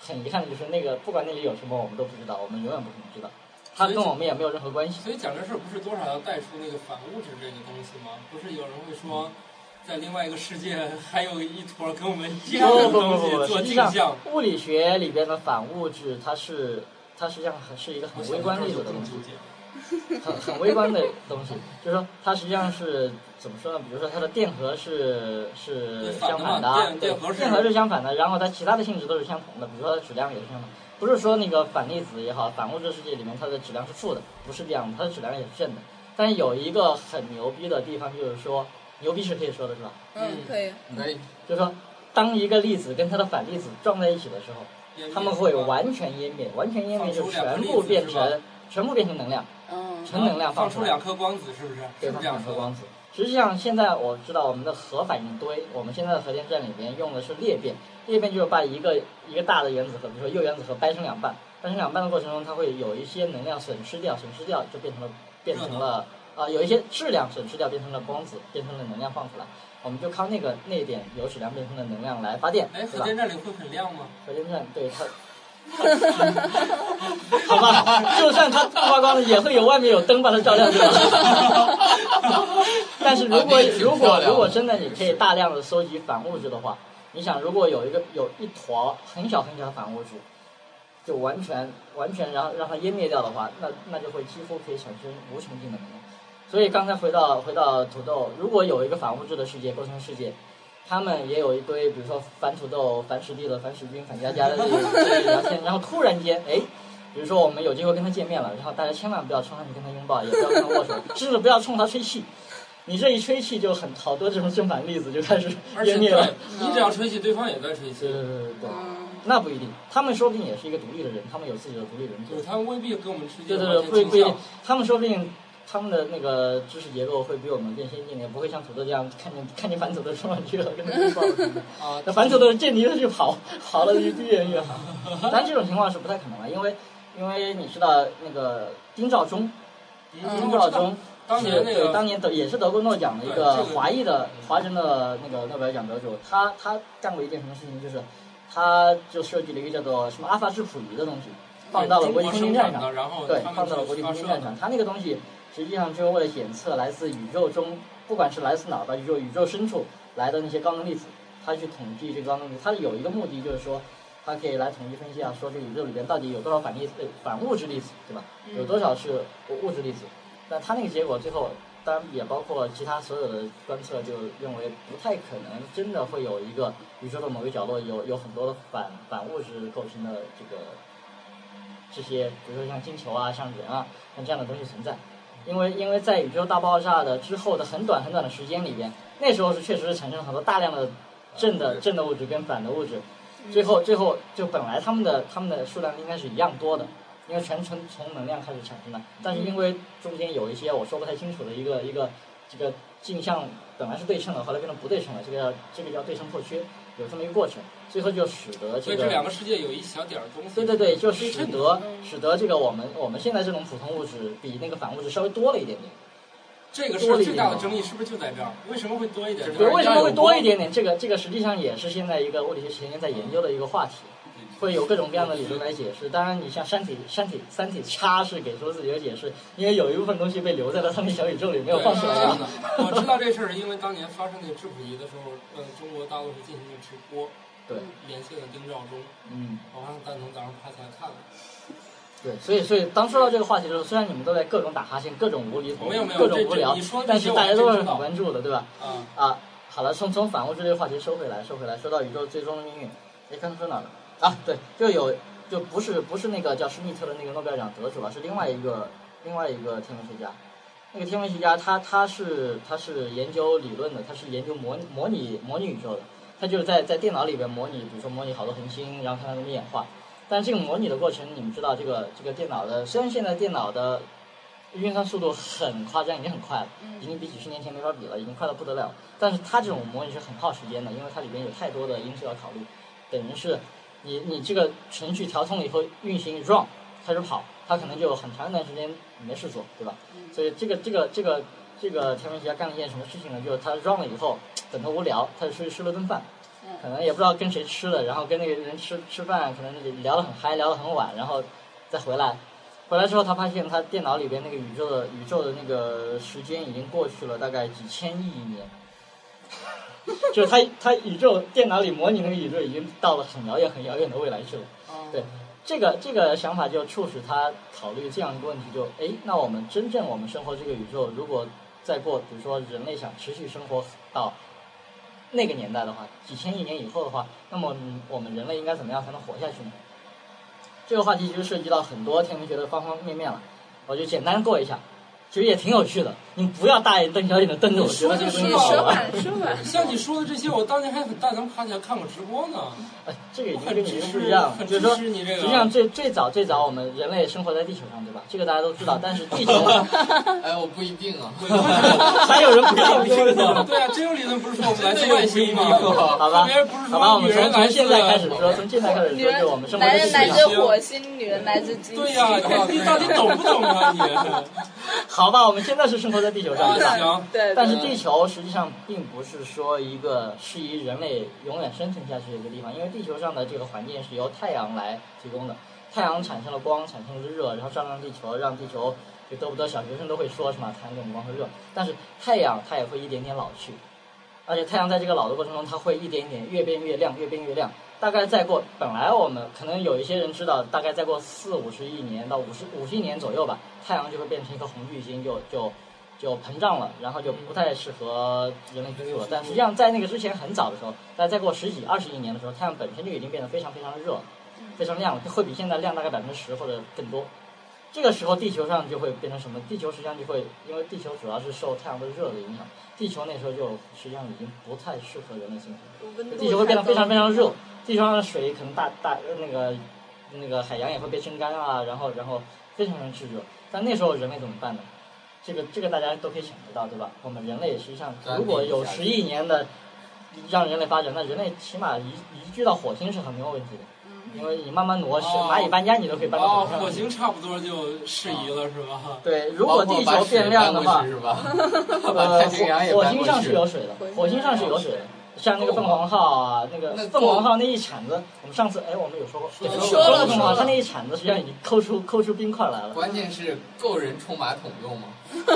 很遗憾的就是那个不管那里有什么，我们都不知道，我们永远不可能知道，它跟我们也没有任何关系。
所以讲这事儿不是多少要带出那个反物质这个东西吗？不是有人会
嗯
说，在另外一个世界还有一坨跟我们一样的
不不
东
不不
西
不，
做
实际
镜
上
像，
<laughs> 物理学里边的反物质，它是它实际上很是一个很微观粒子的东西，很很微观的东西，就是说它实际上是怎么说呢？比如说它的电荷是是相反的啊，
对
对
反的嘛电电荷是
电荷是相反的，然后它其他的性质都是相同的，比如说它质量也是相同。不是说那个反粒子也好，反物质世界里面它的质量是负的，不是这样的，它的质量也是正的。但是有一个很牛逼的地方，就是说牛逼是可以说的是吧？
嗯，可以，
可以，
就是说当一个粒子跟它的反粒子撞在一起的时候。他们会
玩
完全湮灭，完全湮灭就
放出两个
全
粒子
部变
是吧
成全部变成能量，
嗯
纯能量
放
出
出
来，
两颗光子，是不是？
对，
是这
放出
样
两颗
说的。
光子。实际上，现在我知道我们的核反应堆，我们现在的核电站里边用的是裂变，裂变就是把一个一个大的原子核，比如说铀原子核掰成两半，掰成两半的过程中，它会有一些能量损失掉，损失掉就变成了变成了啊、有一些质量损失掉，变成了光子，变成了能量放出来。我们就靠那个那一点有质量变成的能量来发电，
哎，
对
核
吧？
电站里会很亮
<laughs>
吗？
核电站对它，好吧，就算它发光了，也会有外面有灯把它照亮，对
<laughs>
吧？但是如
啊那
果
也挺
如
漂
果
亮的
如果真的你可以大量的收集反物质的话，你想如果有一个有一坨很小很小的反物质，就完全完全然后让它湮灭掉的话，那那就会几乎可以产生无穷尽的能量。所以刚才回到回到土豆，如果有一个反物质的世界，构成世界，他们也有一堆，比如说反土豆、反史蒂的、反史军、反佳佳的这种这种聊天，然后突然间，哎，比如说我们有机会跟他见面了，然后大家千万不要冲上去跟他拥抱，也不要跟他握手，甚至不要冲他吹气。你这一吹气，就很好多这种正反例子就开始
而
湮
且
灭了
对。，你只要吹气，对方也在吹
对
气。
对对对对，
嗯，
那不一定，他们说不定也是一个独立的人，他们有自己的独立人格
对，。他们未必跟我们之间
对对对，
完
不一
全
不一
倾
定
向。，
他们说不定他们的那个知识结构会比我们更先进点，不会像土豆这样看见 <laughs> 看见反土豆冲上去了跟他拥抱了什么的。
啊
那反走的人见离了就跑， <laughs> 跑了就越
<laughs>
远越好。但这种情况是不太可能的，因为因为你知道那个丁肇中，
嗯
丁
我
肇
知道
中
当
是
年那
对
个
当年得也是得过诺奖的一
对
个
这个
华裔的华人的那个诺贝尔奖得主，他他干过一件什么事情，就是他就设计了一个叫做什么阿法质谱仪的东西，放到了国际空间站上。
的，然后
对，
他们
放到了国际空间站上。它那个东西实际上就是为了检测来自宇宙中，不管是来自哪儿吧，宇宙宇宙深处来的那些高能粒子，它去统计这个高能粒子，它有一个目的就是说，它可以来统计分析啊，说这个宇宙里边到底有多少反粒子、呃反物质粒子，对吧？有多少是物物质粒子？那它那个结果最后。当然也包括其他所有的观测，就认为不太可能真的会有一个宇宙的某个角落有有很多的反反物质构成的这个这些，比如说像金球啊、像人啊、像这样的东西存在。因为因为在宇宙大爆炸的之后的很短很短的时间里边，那时候是确实是产生了很多大量的正的正的物质跟反的物质，最后最后就本来他们的他们的数量应该是一样多的，因为全从从能量开始产生的，但是因为中间有一些我说不太清楚的一个一个这个镜像本来是对称的，后来变成不对称了，这个要这个叫对称破缺，有这么一个过程，最后就使
所
得这
以
个
这两个世界有一小点儿东西。
对对对，就使
是
得
嗯
使得这个我们我们现在这种普通物质比那个反物质稍微多了一点点。
这个是最大的争议，是不是就在这儿？为什么会多一点？
对
对，为什么会多一
点？
点点？这个这个实际上也是现在一个物理学前沿在研究的一个话题，会有各种各样的理论来解释。当然，你像《山体》《山体》《三体》叉是给出自己的解释，因为有一部分东西被留在了他们小宇宙里没有放出来
真
啊。
的，我知道这事儿，因为当年发生那个质谱仪的时候，呃，中国大陆是进行了直播，
对，
连线了丁肇中，
嗯，
我让蛋疼早上爬起来看了，
对，所以所以当说到这个话题的时候，虽然你们都在各种打哈欠、各种无厘头、
没有没有
各
这
种无聊
这你说这，
但
些
是
我
大家都
还
是
真知道
很关注的，对吧？
啊，
啊，好了，从从反物质这个话题收回来，收回来，说到宇宙最终的命运，哎，刚刚说哪了？啊，对，就有就不是不是那个叫施密特的那个诺贝尔奖得主了，是另外一个另外一个天文学家。那个天文学家他他是他是研究理论的，他是研究模拟模拟模拟宇宙的，他就是在在电脑里边模拟，比如说模拟好多恒星，然后看它们演化。但这个模拟的过程，你们知道这个这个电脑的，虽然现在电脑的运算速度很夸张，已经很快了，已经比几十年前没法比了，已经快到不得了。但是它这种模拟是很耗时间的，因为它里边有太多的因素要考虑，等于是你你这个程序调通了以后运行 run 开始跑，它可能就有很长一段时间没事做，对吧？所以这个这个这个这个天文学家干了一件什么事情呢？就是他 run 了以后，等他无聊，他就出去吃了顿饭，
嗯
可能也不知道跟谁吃了，然后跟那个人吃吃饭，可能聊得很嗨，聊得很晚，然后再回来。回来之后，他发现他电脑里边那个宇宙的宇宙的那个时间已经过去了大概几千亿年， <laughs> 就是他他宇宙电脑里模拟那个宇宙已经到了很遥远很遥远的未来去了。对，这个这个想法就促使他考虑这样一个问题就，诶，那我们真正我们生活这个宇宙，如果再过，比如说人类想持续生活到那个年代的话，几千亿年以后的话，那么嗯我们人类应该怎么样才能活下去呢？这个话题其实涉及到很多天文学的方方面面了，我就简单过一下，其实也挺有趣的。你不要大眼瞪小眼的瞪着我，觉得这个东
你
西
说
好
说
玩。
吧，说吧。
像你说的这些，我当年还很蛋疼爬起来看过直播呢，
哎，这个已
我
经
很
跟你已
支
经不
持
一样，，了，
很
就
支
是说。
持你这
实
个。
际上最最早最早我们人类生活在地球上，对吧？这个大家都知道，但是地球
哎，我不一定啊。
还有人不要这个呢。
对啊，真有理论不是说我们来自外星吗？
好吧
特别不是，
好吧，我
说
们
女人
从
来
从
自
现在开始说，从现在开始
女
说，
人
就是我们生活
男
在地
人来
球上。
自火星，女人来自金
对
星。
呀、你到底懂不懂啊你？
<laughs> 好吧，我们现在是生活在地球上，
啊
对吧？
行
对，
但是地球实际上并不是说一个适宜人类永远生存下去的一个地方，因为地球上的这个环境是由太阳来提供的，太阳产生了光，产生了热，然后照亮地球，让地球就得不得小学生都会说什么太阳给我们光和热，但是太阳它也会一点点老去，而且太阳在这个老的过程中，它会一点点越变越亮，越变越亮。大概再过，本来我们可能有一些人知道，大概再过四五十亿年到五十五十亿年左右吧，太阳就会变成一颗红巨星，就就就膨胀了，然后就不太适合人类居住了。但实际上，在那个之前很早的时候，大概再过十几二十亿年的时候，太阳本身就已经变得非常非常热，非常亮了，会比现在亮大概百分之十或者更多。这个时候，地球上就会变成什么？地球实际上就会，因为地球主要是受太阳的热的影响，地球那时候就实际上已经不太适合人类生活，
温度
地球会变得非常非常
太高
热，地球上的水可能大大那个那个海洋也会被蒸干啊，然后然后非常非常炙热。但那时候人类怎么办呢？这个这个大家都可以想得到，对吧？我们人类实际上
咱
如果有
比一下
十亿年的让人类发展，那人类起码移移居到火星是很没有问题的，
嗯
因为你慢慢挪，是
哦
蚂蚁搬家你都可以搬到
哦火
火，星上去。
星差不多就适宜了是吧？
对， <laughs> 如果地球变亮的话，
包括把水搬过去是吧？ <laughs> 把
呃，
太平洋也
火火
搬
星
过
上
去
是有水的，火星上是有水的。像那个凤凰号啊，那个
那
凤凰号那一铲子，我们上次哎，我们有说过，对
说了
说
说了
凤凰号，它那一铲子实际上已经抠出抠出冰块来了，
关键是够人冲马桶用吗？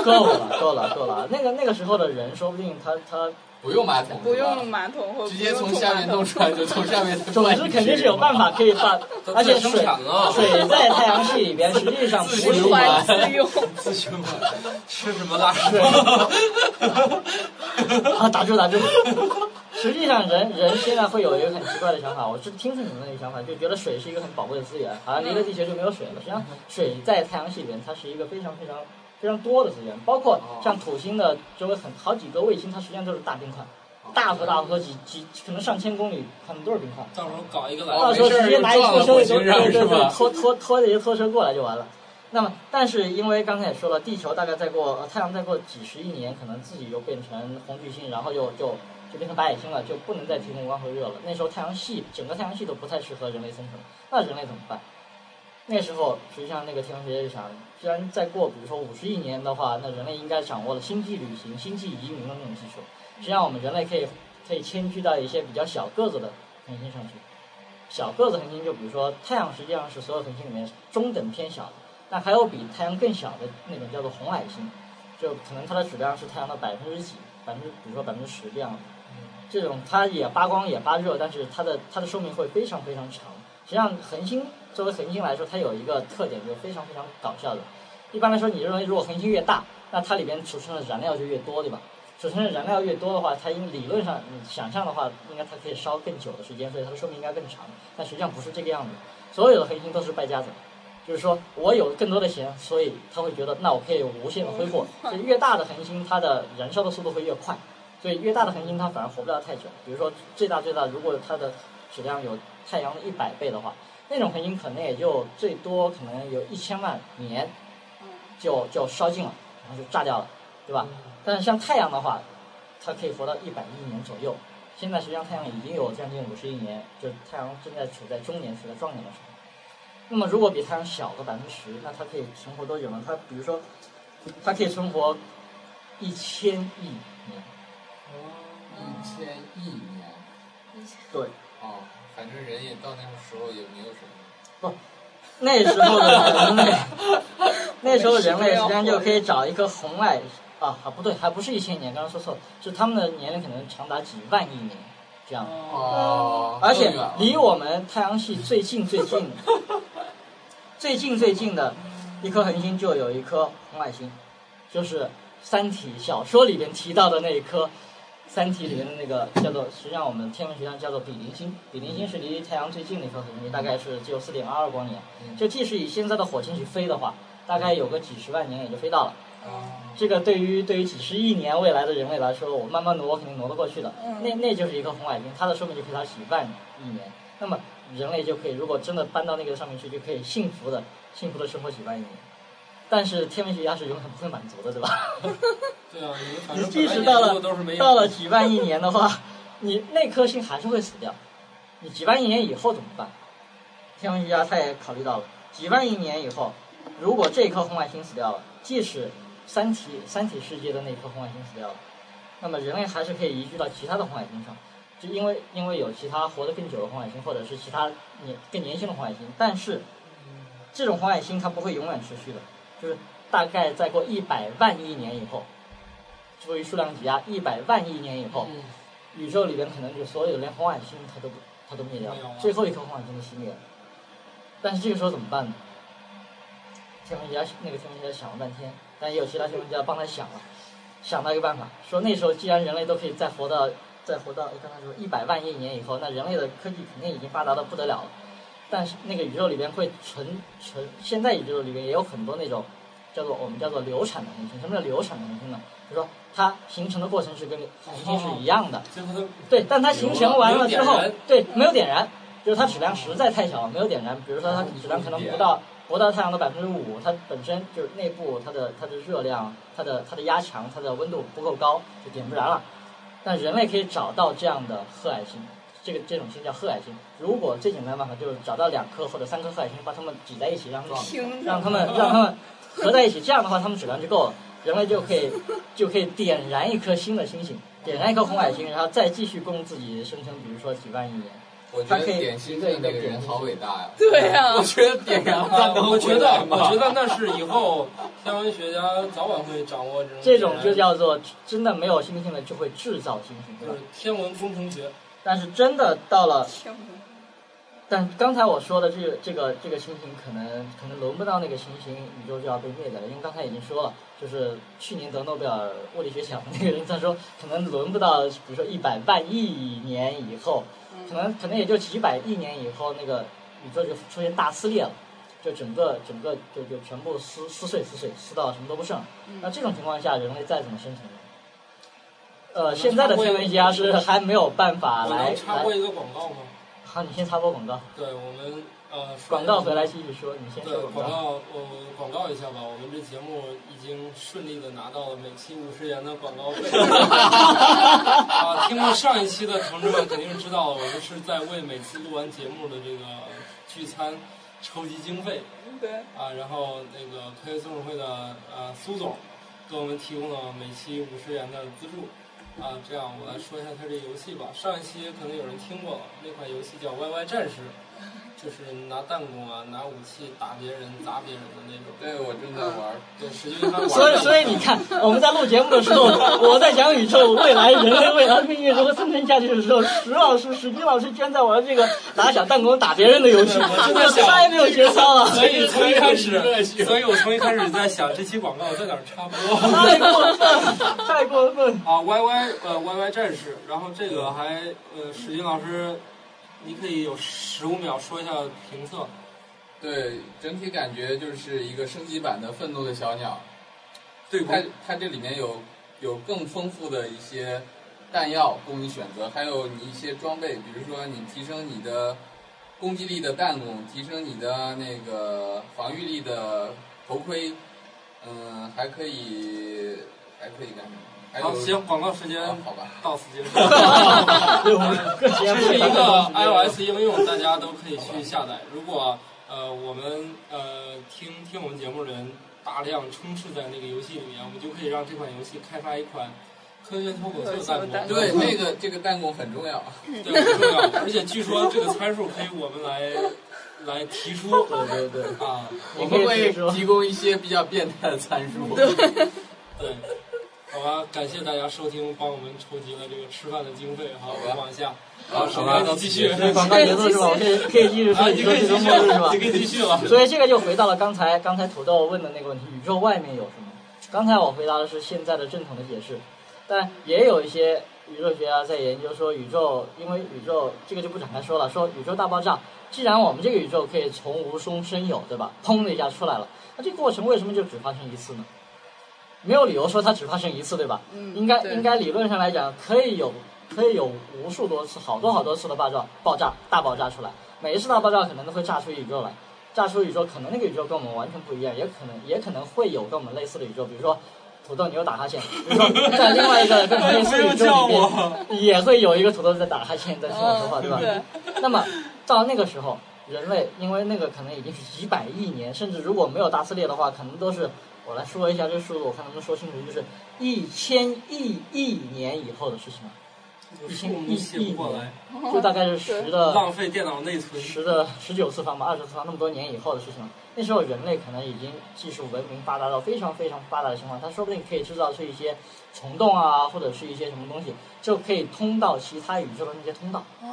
够了，够了，够了。那个那个时候的人，说不定他他
不用马桶，
不
是吧
用马桶或
直接从下面弄
弄
出来，就从下面弄
<laughs>
出
总
来。
之肯定是有办法可以把，而且
生
水
产了，
水在太阳系里边实际上不
自
是
循
由
环自用。
自询吧，吃什么拉屎？
<laughs> 啊，打住打 <laughs> 住。实际上人，人现在会有一个很奇怪的想法，我是听说你们那个想法，就觉得水是一个很宝贵的资源，好像离了地球就没有水了。实际上，水在太阳系里面，它是一个非常非常非常多的资源，包括像土星的周围很好几个卫星，它实际上都是大冰块，大河大河几几可能上千公里，可能都是冰块。
到时候搞一个
到
来，哦
时候直接拿一拖车
没
给
事儿
拖对对
就撞了火星是
对，
吧
拖拖拖着一个拖车过来就完了。那么，但是因为刚才也说了，地球大概再过、呃太阳再过几十亿年，可能自己又变成红巨星，然后又就就变成白矮星了，就不能再提供光和热了。那时候太阳系整个太阳系都不太适合人类生存，那人类怎么办？那时候实际上那个天文学家就想，既然再过比如说五十亿年的话，那人类应该掌握了星际旅行、星际移民的那种技术，实际上我们人类可以可以迁居到一些比较小个子的恒星上去。小个子恒星，就比如说太阳，实际上是所有恒星里面中等偏小的。那还有比太阳更小的那种叫做红矮星，就可能它的质量是太阳的百分之几，百分之比如说百分之十这样。这种它也发光也发热，但是它的它的寿命会非常非常长。实际上，恒星作为恒星来说，它有一个特点，就是非常非常搞笑的。一般来说，你认为如果恒星越大，那它里边储存的燃料就越多，对吧？储存的燃料越多的话，它应理论上你想象的话，应该它可以烧更久的时间，所以它的寿命应该更长。但实际上不是这个样子，所有的恒星都是败家子，就是说我有更多的钱，所以他会觉得那我可以无限的挥霍。所以越大的恒星，它的燃烧的速度会越快，所以越大的恒星它反而活不了太久。比如说最大最大，如果它的质量有太阳的一百倍的话，那种恒星可能也就最多可能有一千万年就就烧尽了，然后就炸掉了，对吧？但是像太阳的话，它可以活到一百亿年左右。现在实际上太阳已经有将近五十亿年，就是太阳正在处在中年、处在壮年的时候。那么如果比太阳小个百分之十，那它可以存活多久呢？它比如说，它可以存活一千亿年。
一千亿年
对，
哦，反正人也到那个时候也没有什么。
那时候的人类， <laughs> 那时候人类实际上就可以找一颗红矮啊啊不对，还不是一千年，刚刚说错了，就他们的年龄可能长达几万亿年这样。
哦，
嗯而且
更远了
离我们太阳系最近最近最近最近的一颗恒星就有一颗红矮星，就是《三体》小说里边提到的那一颗，《三体》里面的那个叫做，实际上我们天文学上叫做比邻星。比邻星是离太阳最近的一颗恒星，大概是只有四点二二光年。就即使以现在的火星去飞的话，大概有个几十万年也就飞到了。
啊，
这个对于对于几十亿年未来的人类来说，我慢慢挪，我肯定挪得过去的。那那就是一个红矮星，它的寿命就可以达几万亿年。那么人类就可以，如果真的搬到那个上面去，就可以幸福的幸福的生活几万亿年。但是天文学家是永远不会满足的，对吧？
对啊，你们反
你
正
即
本来
使
你
到
做
了
的都是没有
到了几万亿年的话，你那颗星还是会死掉。你几万亿年以后怎么办？天文学家他也考虑到了，几万亿年以后，如果这颗红矮星死掉了，即使三体三体世界的那颗红矮星死掉了，那么人类还是可以移居到其他的红矮星上，就因为因为有其他活得更久的红矮星，或者是其他年更年轻的红矮星，但是这种红矮星它不会永远持续的，就是大概再过一百万亿年以后，出于数量级啊，一百万亿年以后，
嗯
宇宙里边可能就所有的连红矮星它都不它都灭掉了
没有啊，
最后一颗红矮星都熄灭了。但是这个时候怎么办呢？天文学家那个天文学家想了半天，但也有其他天文学家帮他想了，想到一个办法，说那时候既然人类都可以再活到再活到刚才说一百万亿年以后，那人类的科技肯定已经发达的不得了了。但是那个宇宙里边会存存，现在宇宙里边也有很多那种叫做我们叫做流产的恒星。什么叫流产的恒星呢？比如说它形成的过程是跟恒星是一样的，
最后都
对，但它形成完了之
没
后
有点燃，
对，没有点燃，就是它质量实在太小，没有点燃。比如说它质量可能不到不到太阳的百分之五，它本身就是内部它的它的热量、它的它的压强、它的温度不够高，就点不燃了。但人类可以找到这样的褐矮星，这个这种星叫褐矮星。如果最简单的办法就是找到两颗或者三颗褐矮星，把它们挤在一起，让它们
听着
让他们让他们合在一起，这样的话，他们质量就够了，人类就可以就可以点燃一颗新的星星，点燃一颗红矮星，然后再继续供自己生成，比如说几万亿年。
我觉得点心的那个人好伟大呀！
对呀
我觉得点燃
啊
了，，
我觉得，我觉得那是以后天文学家早晚会掌握这种
这种就
点燃
叫做真的没有星星的就会制造星星，对
就
吧
是？天文工程学，
但是真的到了，
听着，
但刚才我说的这个这个这个星星，可能可能轮不到那个星星，宇宙就要被灭掉了，因为刚才已经说了，就是去年得诺贝尔物理学奖的那个人，他说可能轮不到，比如说一百万亿年以后，可能可能也就几百亿年以后，那个宇宙就出现大撕裂了，就整个整个就就全部撕撕碎撕碎撕到什么都不剩。
嗯
那这种情况下，人类再怎么生存呢？呃，现在的天文学家是还没有办法
我
啊来
能插
来
播。一个广告吗？
好，你先插播广告，
对我们呃说
广告回来继续说，你先
对
说
广
广告。
告，我广告一下吧。我们这节目已经顺利的拿到了每期五十元的广
<laughs>
告费。啊，听过上一期的同志们肯定知道，我们是在为每次录完节目的这个聚餐筹集经费
对，
啊。然后那个科学松鼠会的呃苏总给我们提供了每期五十元的资助。啊，这样我来说一下它这游戏吧。上一期可能有人听过那款游戏叫《YY 战士》，就是拿弹弓啊、拿武器打别人、砸别人的那种。
对我正在玩儿，
对，实 <laughs> 际上它玩
所以，
的
所以你看，我们在录节目的时
<laughs>
候，我在讲宇宙未来人类未来命运如何生存下去的时候，石老师、史军老师居然在玩这个拿小弹弓打别人的游戏，
我真
这
的想
太没有节操了，
所 <laughs> 以从一开
这个
始，
是
所以我从一开始在想这期广告在哪儿插播。
太过分，太过分。
啊，Y Y 呃，Y Y 战士，然后这个还呃，史军老师，你可以有十五秒说一下评测。
对，整体感觉就是一个升级版的《愤怒的小鸟》。
对
它它这里面有有更丰富的一些弹药供你选择，还有你一些装备，比如说你提升你的攻击力的弹弓，提升你的那个防御力的头盔，嗯，还可以还可以干什么？还
好，
有
行，广告时间
啊好吧，
到此结束。
对我们这
这
个
是一
节
<laughs>
目
个 iOS 应用，大家都可以去下载。如果呃我们呃听听我们节目的人大量充斥在那个游戏里面，我们就可以让这款游戏开发一款科学脱口秀弹
脱口秀弹
幕。
幕
对，这个这个弹弓很重要。
对，很重要。而且据说这个参数可以我们来来提出。
对对对，
啊，
我
你可
们
以
会
提出
提供一些比较变态的参数。
对，好吧，感谢大家收听，帮我们筹集了这个吃饭的经费哈。我们往下，好，首先你继续，
广告结束是吧？我可以可以继续
啊，
说
你
宇
可
宙
以
这
继
个
续
末日是吧 <laughs>
了，你？可以继续了。
所以这个就回到了刚才刚才土豆问的那个问题：宇宙外面有什么？刚才我回答的是现在的正统的解释，但也有一些宇宙学家在研究说，宇宙因为宇宙这个就不展开说了，说宇宙大爆炸，既然我们这个宇宙可以从无中生有，对吧？砰的一下出来了，那这个过程为什么就只发生一次呢？没有理由说它只发生一次，对吧？
嗯
应该
对
应该理论上来讲，可以有可以有无数多次，好多好多次的爆炸爆炸大爆炸出来，每一次大爆炸可能都会炸出宇宙来。炸出宇宙，可能那个宇宙跟我们完全不一样，也可能也可能会有跟我们类似的宇宙，比如说土豆你又打哈欠，比如说在另外一个跟我们类似的宇宙里面，也会有一个土豆在打哈欠，在听我说话，对吧？
嗯对，
那么到那个时候，人类因为那个可能已经是几百亿年，甚至如果没有大撕裂的话，可能都是我来说一下这个数字，我看能不能说清楚，就是一千亿亿年以后的事情了，
一千我们写不过来，
就大概是十的
浪费电脑内存。
十的十九次方吧，二十次方，那么多年以后的事情了。那时候人类可能已经技术文明发达到非常非常发达的情况，它说不定可以制造出一些虫洞啊，或者是一些什么东西，就可以通到其他宇宙的那些通道。
哦，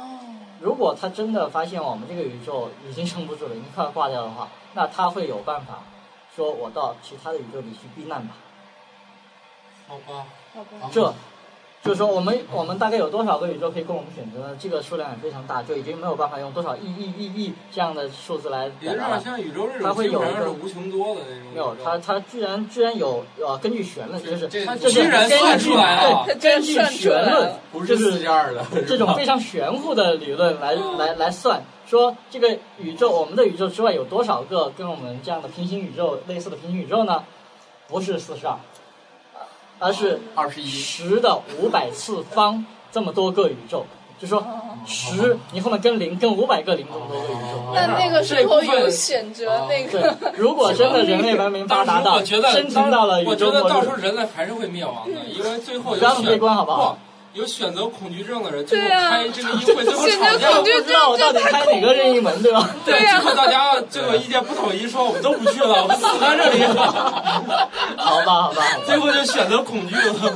如果他真的发现我们这个宇宙已经撑不住了，已经快要挂掉的话，那他会有办法，说我到其他的宇宙里去避难吧。
好吧，
好吧，
这，就是说我们我们大概有多少个宇宙可以供我们选择呢？这个数量也非常大，就已经没有办法用多少亿亿亿亿这样的数字来
也就
表
是
达了。
像宇宙这种基本上是无穷多的那种。
没有，他他居然居然有呃，根据弦论，就是
这
他
这
居
是
然算出来了
对根据弦论，
不
就是是
四加二的，
这种非常玄乎的理论来来来算，说这个宇宙，我们的宇宙之外有多少个跟我们这样的平行宇宙类似的平行宇宙呢？不是四十二，而是
二十一。
十的五百次方这么多个宇宙，就说十，你后面跟零跟五百个零这么多个宇宙。
哦
那那个时候有选择
这
那
一
个，
对，如果真的人类文明发达到
我觉得
生成到了
我
宇
觉
宙
得
末
到时
日
候，人类还是会灭亡的，因为最后
不
有
要那么悲
选
观好不好？
有选择恐惧症的人，最后
对啊
开这个议会最后
选择
吵架
恐
不
惧
知道我到底开哪个任意门，
<laughs>
对吧？
对，
对啊
结果大家最后意见不统一，说我们都不去了，我们死在这里。
<laughs>
好吧，好吧，好吧。
最后就选择恐惧了。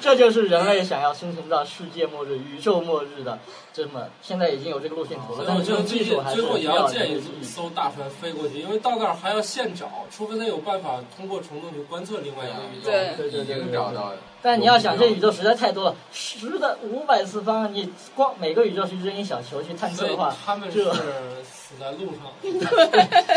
这就是人类想要生存到世界末日、宇宙末日的这么，现在已经有这个路线图
所以，
了但
我
是
觉
这
得
种
最
技
近
术还是
最后也
需
要
要
建
人
议
类
一
去
艘大船飞过去，因为到那儿还要现找，除非他有办法通过虫洞去观测另外一个宇宙。
对
对对
已
对
经
对
找
对。
到了。
但你要想，这宇宙实在太多了，十的五百次方，你光每个宇宙去扔一小球去探测
所以
的话，
他们是
这
死在路上。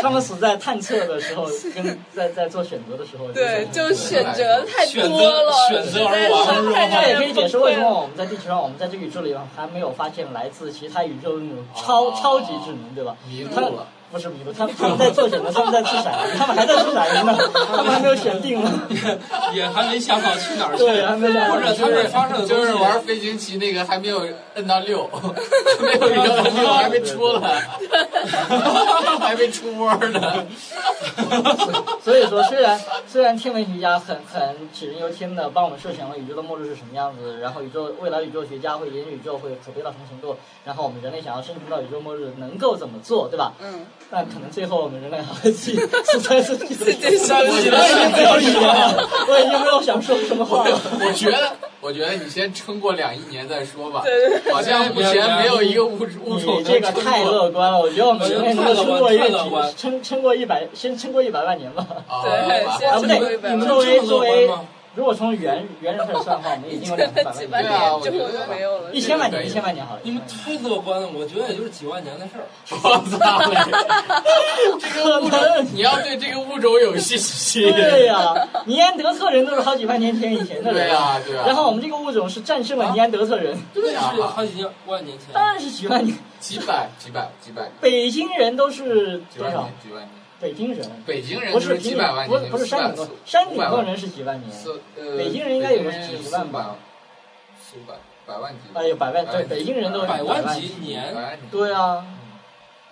他们死在探测的时候，跟在在做选择的时候，
对，
就是
就选择太多了，
选择选择
实在
而
<laughs>
啊
是
亡是吧
太让
这也
人
可以解释为什么
崩溃了
我们在地球上，我们在这个宇宙里面还没有发现来自其他宇宙的那种超
哦
超级智能，对吧？
迷
它
路了，
不是迷路，他们他们在做什么？他们在吃骰子，他们还在吃骰子
<laughs>
呢，他们还没有选定呢。
也还没想好去哪儿去，
对还没想好
或者他们发射的
就
东
是
西
玩飞行棋那个还没有摁到六，没有摁到六还没出来，还没出窝呢。
所以说，虽然虽然天文学家很很杞人忧天的帮我们设想了宇宙的末日是什么样子，然后宇宙未来宇宙学家会研究宇宙会可悲到什么程度，然后我们人类想要生存到宇宙末日能够怎么做，对吧？
嗯，
但可能最后我们人类还会自己自猜自
<laughs>
己的。
上
我已
去
经
了
没有语言了，啊我已经没有想说什么话了。
我觉得，我觉得你先撑过两亿年再说吧。
对
好像目前没有一个物物种
你
能
这个
撑
太
过
乐观了，我觉得我们人类能够撑过一个
太乐观
几撑撑过一百，先撑过一百万年吧。
啊！
对
好吧
先
啊，不
撑过
对
一，百
你
万年
们作为
这么
作
乐观
为
吗，
如果从猿猿人开始算的话，我们已经有两千百
几
万
万 <laughs>
年
对
年
了，
啊我觉
之后
得
就没有了。
一千万
对
年，一千万年好了。
你们太乐观了，我觉得也就是几万年的事儿。
我操！
这个物种，
你要对这个物种有信心。
对呀、尼安德特人都是好几万年前以前的人
对呀对呀啊
然后我们这个物种是战胜了尼安德特人，
对呀
是好几万年前，
当然是几万年。
几百几百几百
北京人都是
几
多
万
少
年？几万年。
北京人
北京人
不
就是几
平
百万
顶，不是不
年，
是山顶洞，山顶洞人是几万年？
四呃，
北京人应该有个
北京人
几万吧
四百，四百百万级。
哎呦，百万对，北京人都是
百
万
万级
百
年，
万级。
对啊，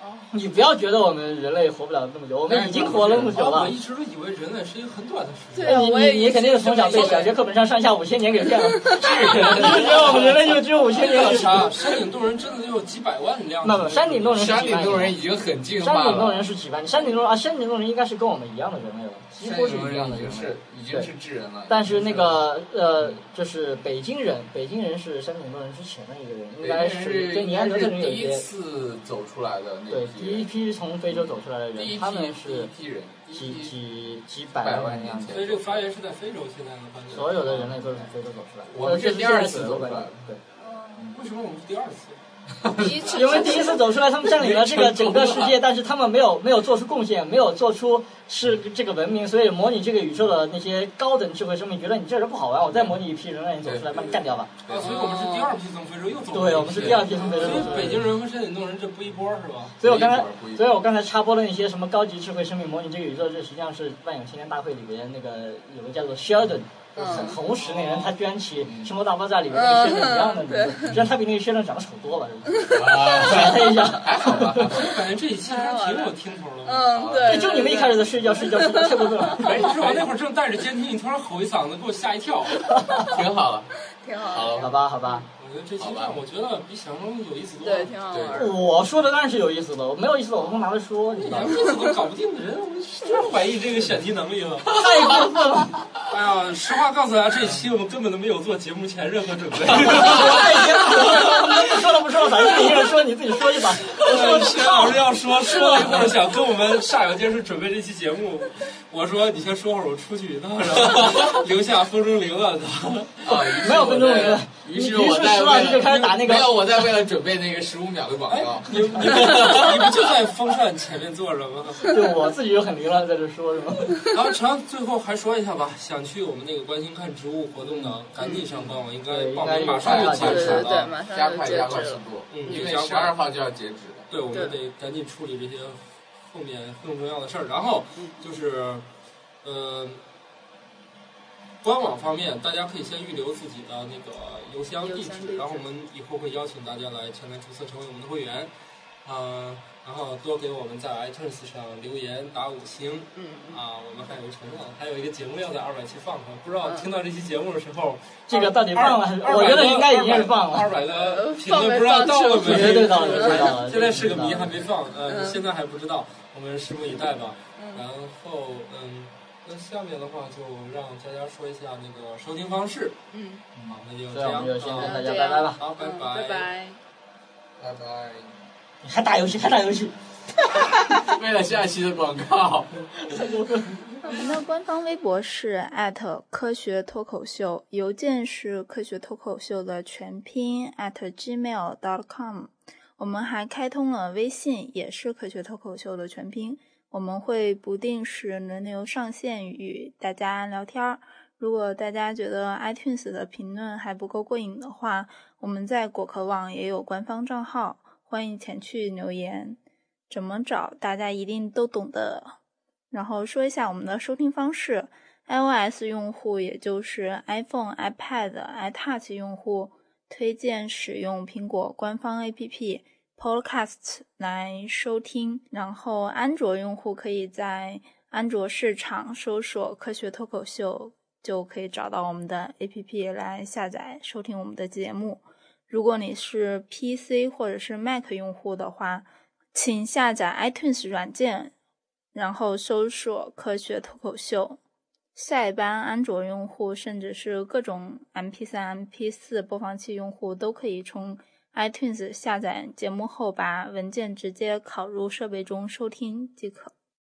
哦
你不要觉得我们人类活不了那么久，我们已经活了那么久
啊我
了。
一直都以为人类是一个很短的时
对
间。
啊
你
我也
你你肯定是从小被小学课本上上下五千年给骗
<laughs>
了，你就觉得我们人类就只有五千年
为
了。
啥山顶洞人真的就有几百万辆？
那么山顶洞人是
山
几
顶
万
洞人
年？
已经很进
山
化
顶洞
了
人。是几万？山顶洞人啊，山顶洞人应该是跟我们一样的人类了，几乎是
山顶洞
一样的
人已
人
经
类
是。已经是智人了。
但是那个呃，就是北京人，北京人是山顶洞人之前的一个人，应
北京
该
人
是
是
跟尼安德特人有
第一
些
次走出来的那
对
一批
第一
人，
批从非洲走出来的
第一
人，
批
他们是
第一批人，第一
几
批。
几几
百
百
万
万
年
年样子
前。
所以这个发源是在非洲，现在的发现。
所有的人类都是从非洲走出来的，
我们是
呃
第二
这
次
是现在
走出来的
的，对。
为什么我们是第二次？
第一次
因为第一次走出来，他们占领了这个整个世界，但是他们没有没有做出贡献，没有做出是这个文明，所以模拟这个宇宙的那些高等智慧生命觉得你这人不好玩，我再模拟一批人让你走出来，把你干掉吧。
啊，所以我们是第二批从非洲又走。
对，我们是第二批从非洲
所
走
以
出
北
来的。
京人和山顶洞人这不一波是吧？
所以我刚才
不一样，
所以我刚才插播了那些什么高级智慧生命模拟这个宇宙，这实际上是《万有青年大会》里边那个有个叫做 Sheldon。
嗯
很红石那人，他居然起
嗯
《生活大爆炸》里面跟 Sheldon 一
嗯
样的名字，虽然他比那个 Sheldon 长得丑多了，是不 <laughs> 是？甩
啊
他一下。
还好
啊
吧，还好
感觉这一期还挺有听头的。
嗯，对，
对，就你们一开
始
始在睡觉，睡觉睡觉太过分了。
<laughs> 哎，你知道我那会儿正带着监听，你突然吼一嗓子，给我吓一跳。
啊
<laughs> 挺好了。
挺
好
好
好
的，
吧，好吧，
我觉得这期这样，我觉得比想象中有意思多了
对，。挺好玩的。
我说的当然是有意思的，我没有意思的我不拿来说，你知道
连
吗？
这个都搞不定的人，我就是怀疑这个选题能力了。
太过分了， <laughs>
哎呀，实话告诉大家，这一期我们根本都没有做节目前任何准备。
太过分了， <laughs> 你说了不说了，反正你一个人说，你自己说去吧。我说
薛老师要说说了一会儿，想跟我们煞有介事准备这期节目。我说你先说会儿，我出去，然后留下风中灵了。
啊，于是
没有分钟
我在
没了
于是
于
我
是
在
石
为
老
了
师就开始打那个
没有，我在为了准备那个十五秒的广
哎
告，。
你你你不就在风扇前面坐着吗？
就我自己就很凌乱，在这说是吗？
然后长啊最后还说一下吧，想去我们那个关心看植物活动的，赶紧上报，应该报名马上就截
对
止
对对，
了。
马上
加
就
快
截
加快
止
速
了。
度，
嗯
因为十二号就要截止了。
对，我们得赶紧处理这些后面更重要的事儿。然后
嗯
就是，呃，官网方面，大家可以先预留自己的那个邮箱地
邮箱地
址，
址
然后我们以后会邀请大家来前来注册成为我们的会员，呃，然后多给我们在 iTunes 上留言打五星
嗯，
啊。我们还有一个承诺，还有一个节目要在二百期放上，不知道
嗯
听到这期节目的时候，
这个到底放了还是
二
我觉得应该已经是放了
二百个评
呃放
论
没
不知道
放
到了
是
没？
绝对到了，绝对到了。
现在是个谜，还没放，呃，
嗯
现在还不知道，我们拭目以待吧。然
嗯，
后，嗯，那下面的话就让大家说一下那个收听方式。
嗯，
好，那就这
所以我
样
们就先跟
啊。
大家拜拜吧。
好，拜
嗯拜拜。
拜拜。
你还打游戏，还打游戏，
为了下期的广告，
太过分了。
我们的官方微博是科学脱口秀，邮件是科学脱口秀的全拼 at gmail.com。我们还开通了微信，也是科学脱口秀的全拼。我们会不定时轮流上线与大家聊天儿。如果大家觉得 iTunes 的评论还不够过瘾的话，我们在果壳网也有官方账号，欢迎前去留言。
怎么找，大家一定都懂的。然后说一下我们的收听方式：iOS 用户，也就是 iPhone、iPad、iTouch 用户，推荐使用苹果官方 APP Podcast 来收听；然后安卓用户可以在安卓市场搜索“科学脱口秀”，就可以找到我们的 APP 来下载收听我们的节目。如果你是 PC 或者是 Mac 用户的话，请下载 iTunes 软件，然后搜索“科学脱口秀”。下一班安卓用户，甚至是各种 MP3、MP4 播放器用户，都可以从 iTunes 下载节目后，把文件直接拷入设备中收听即可。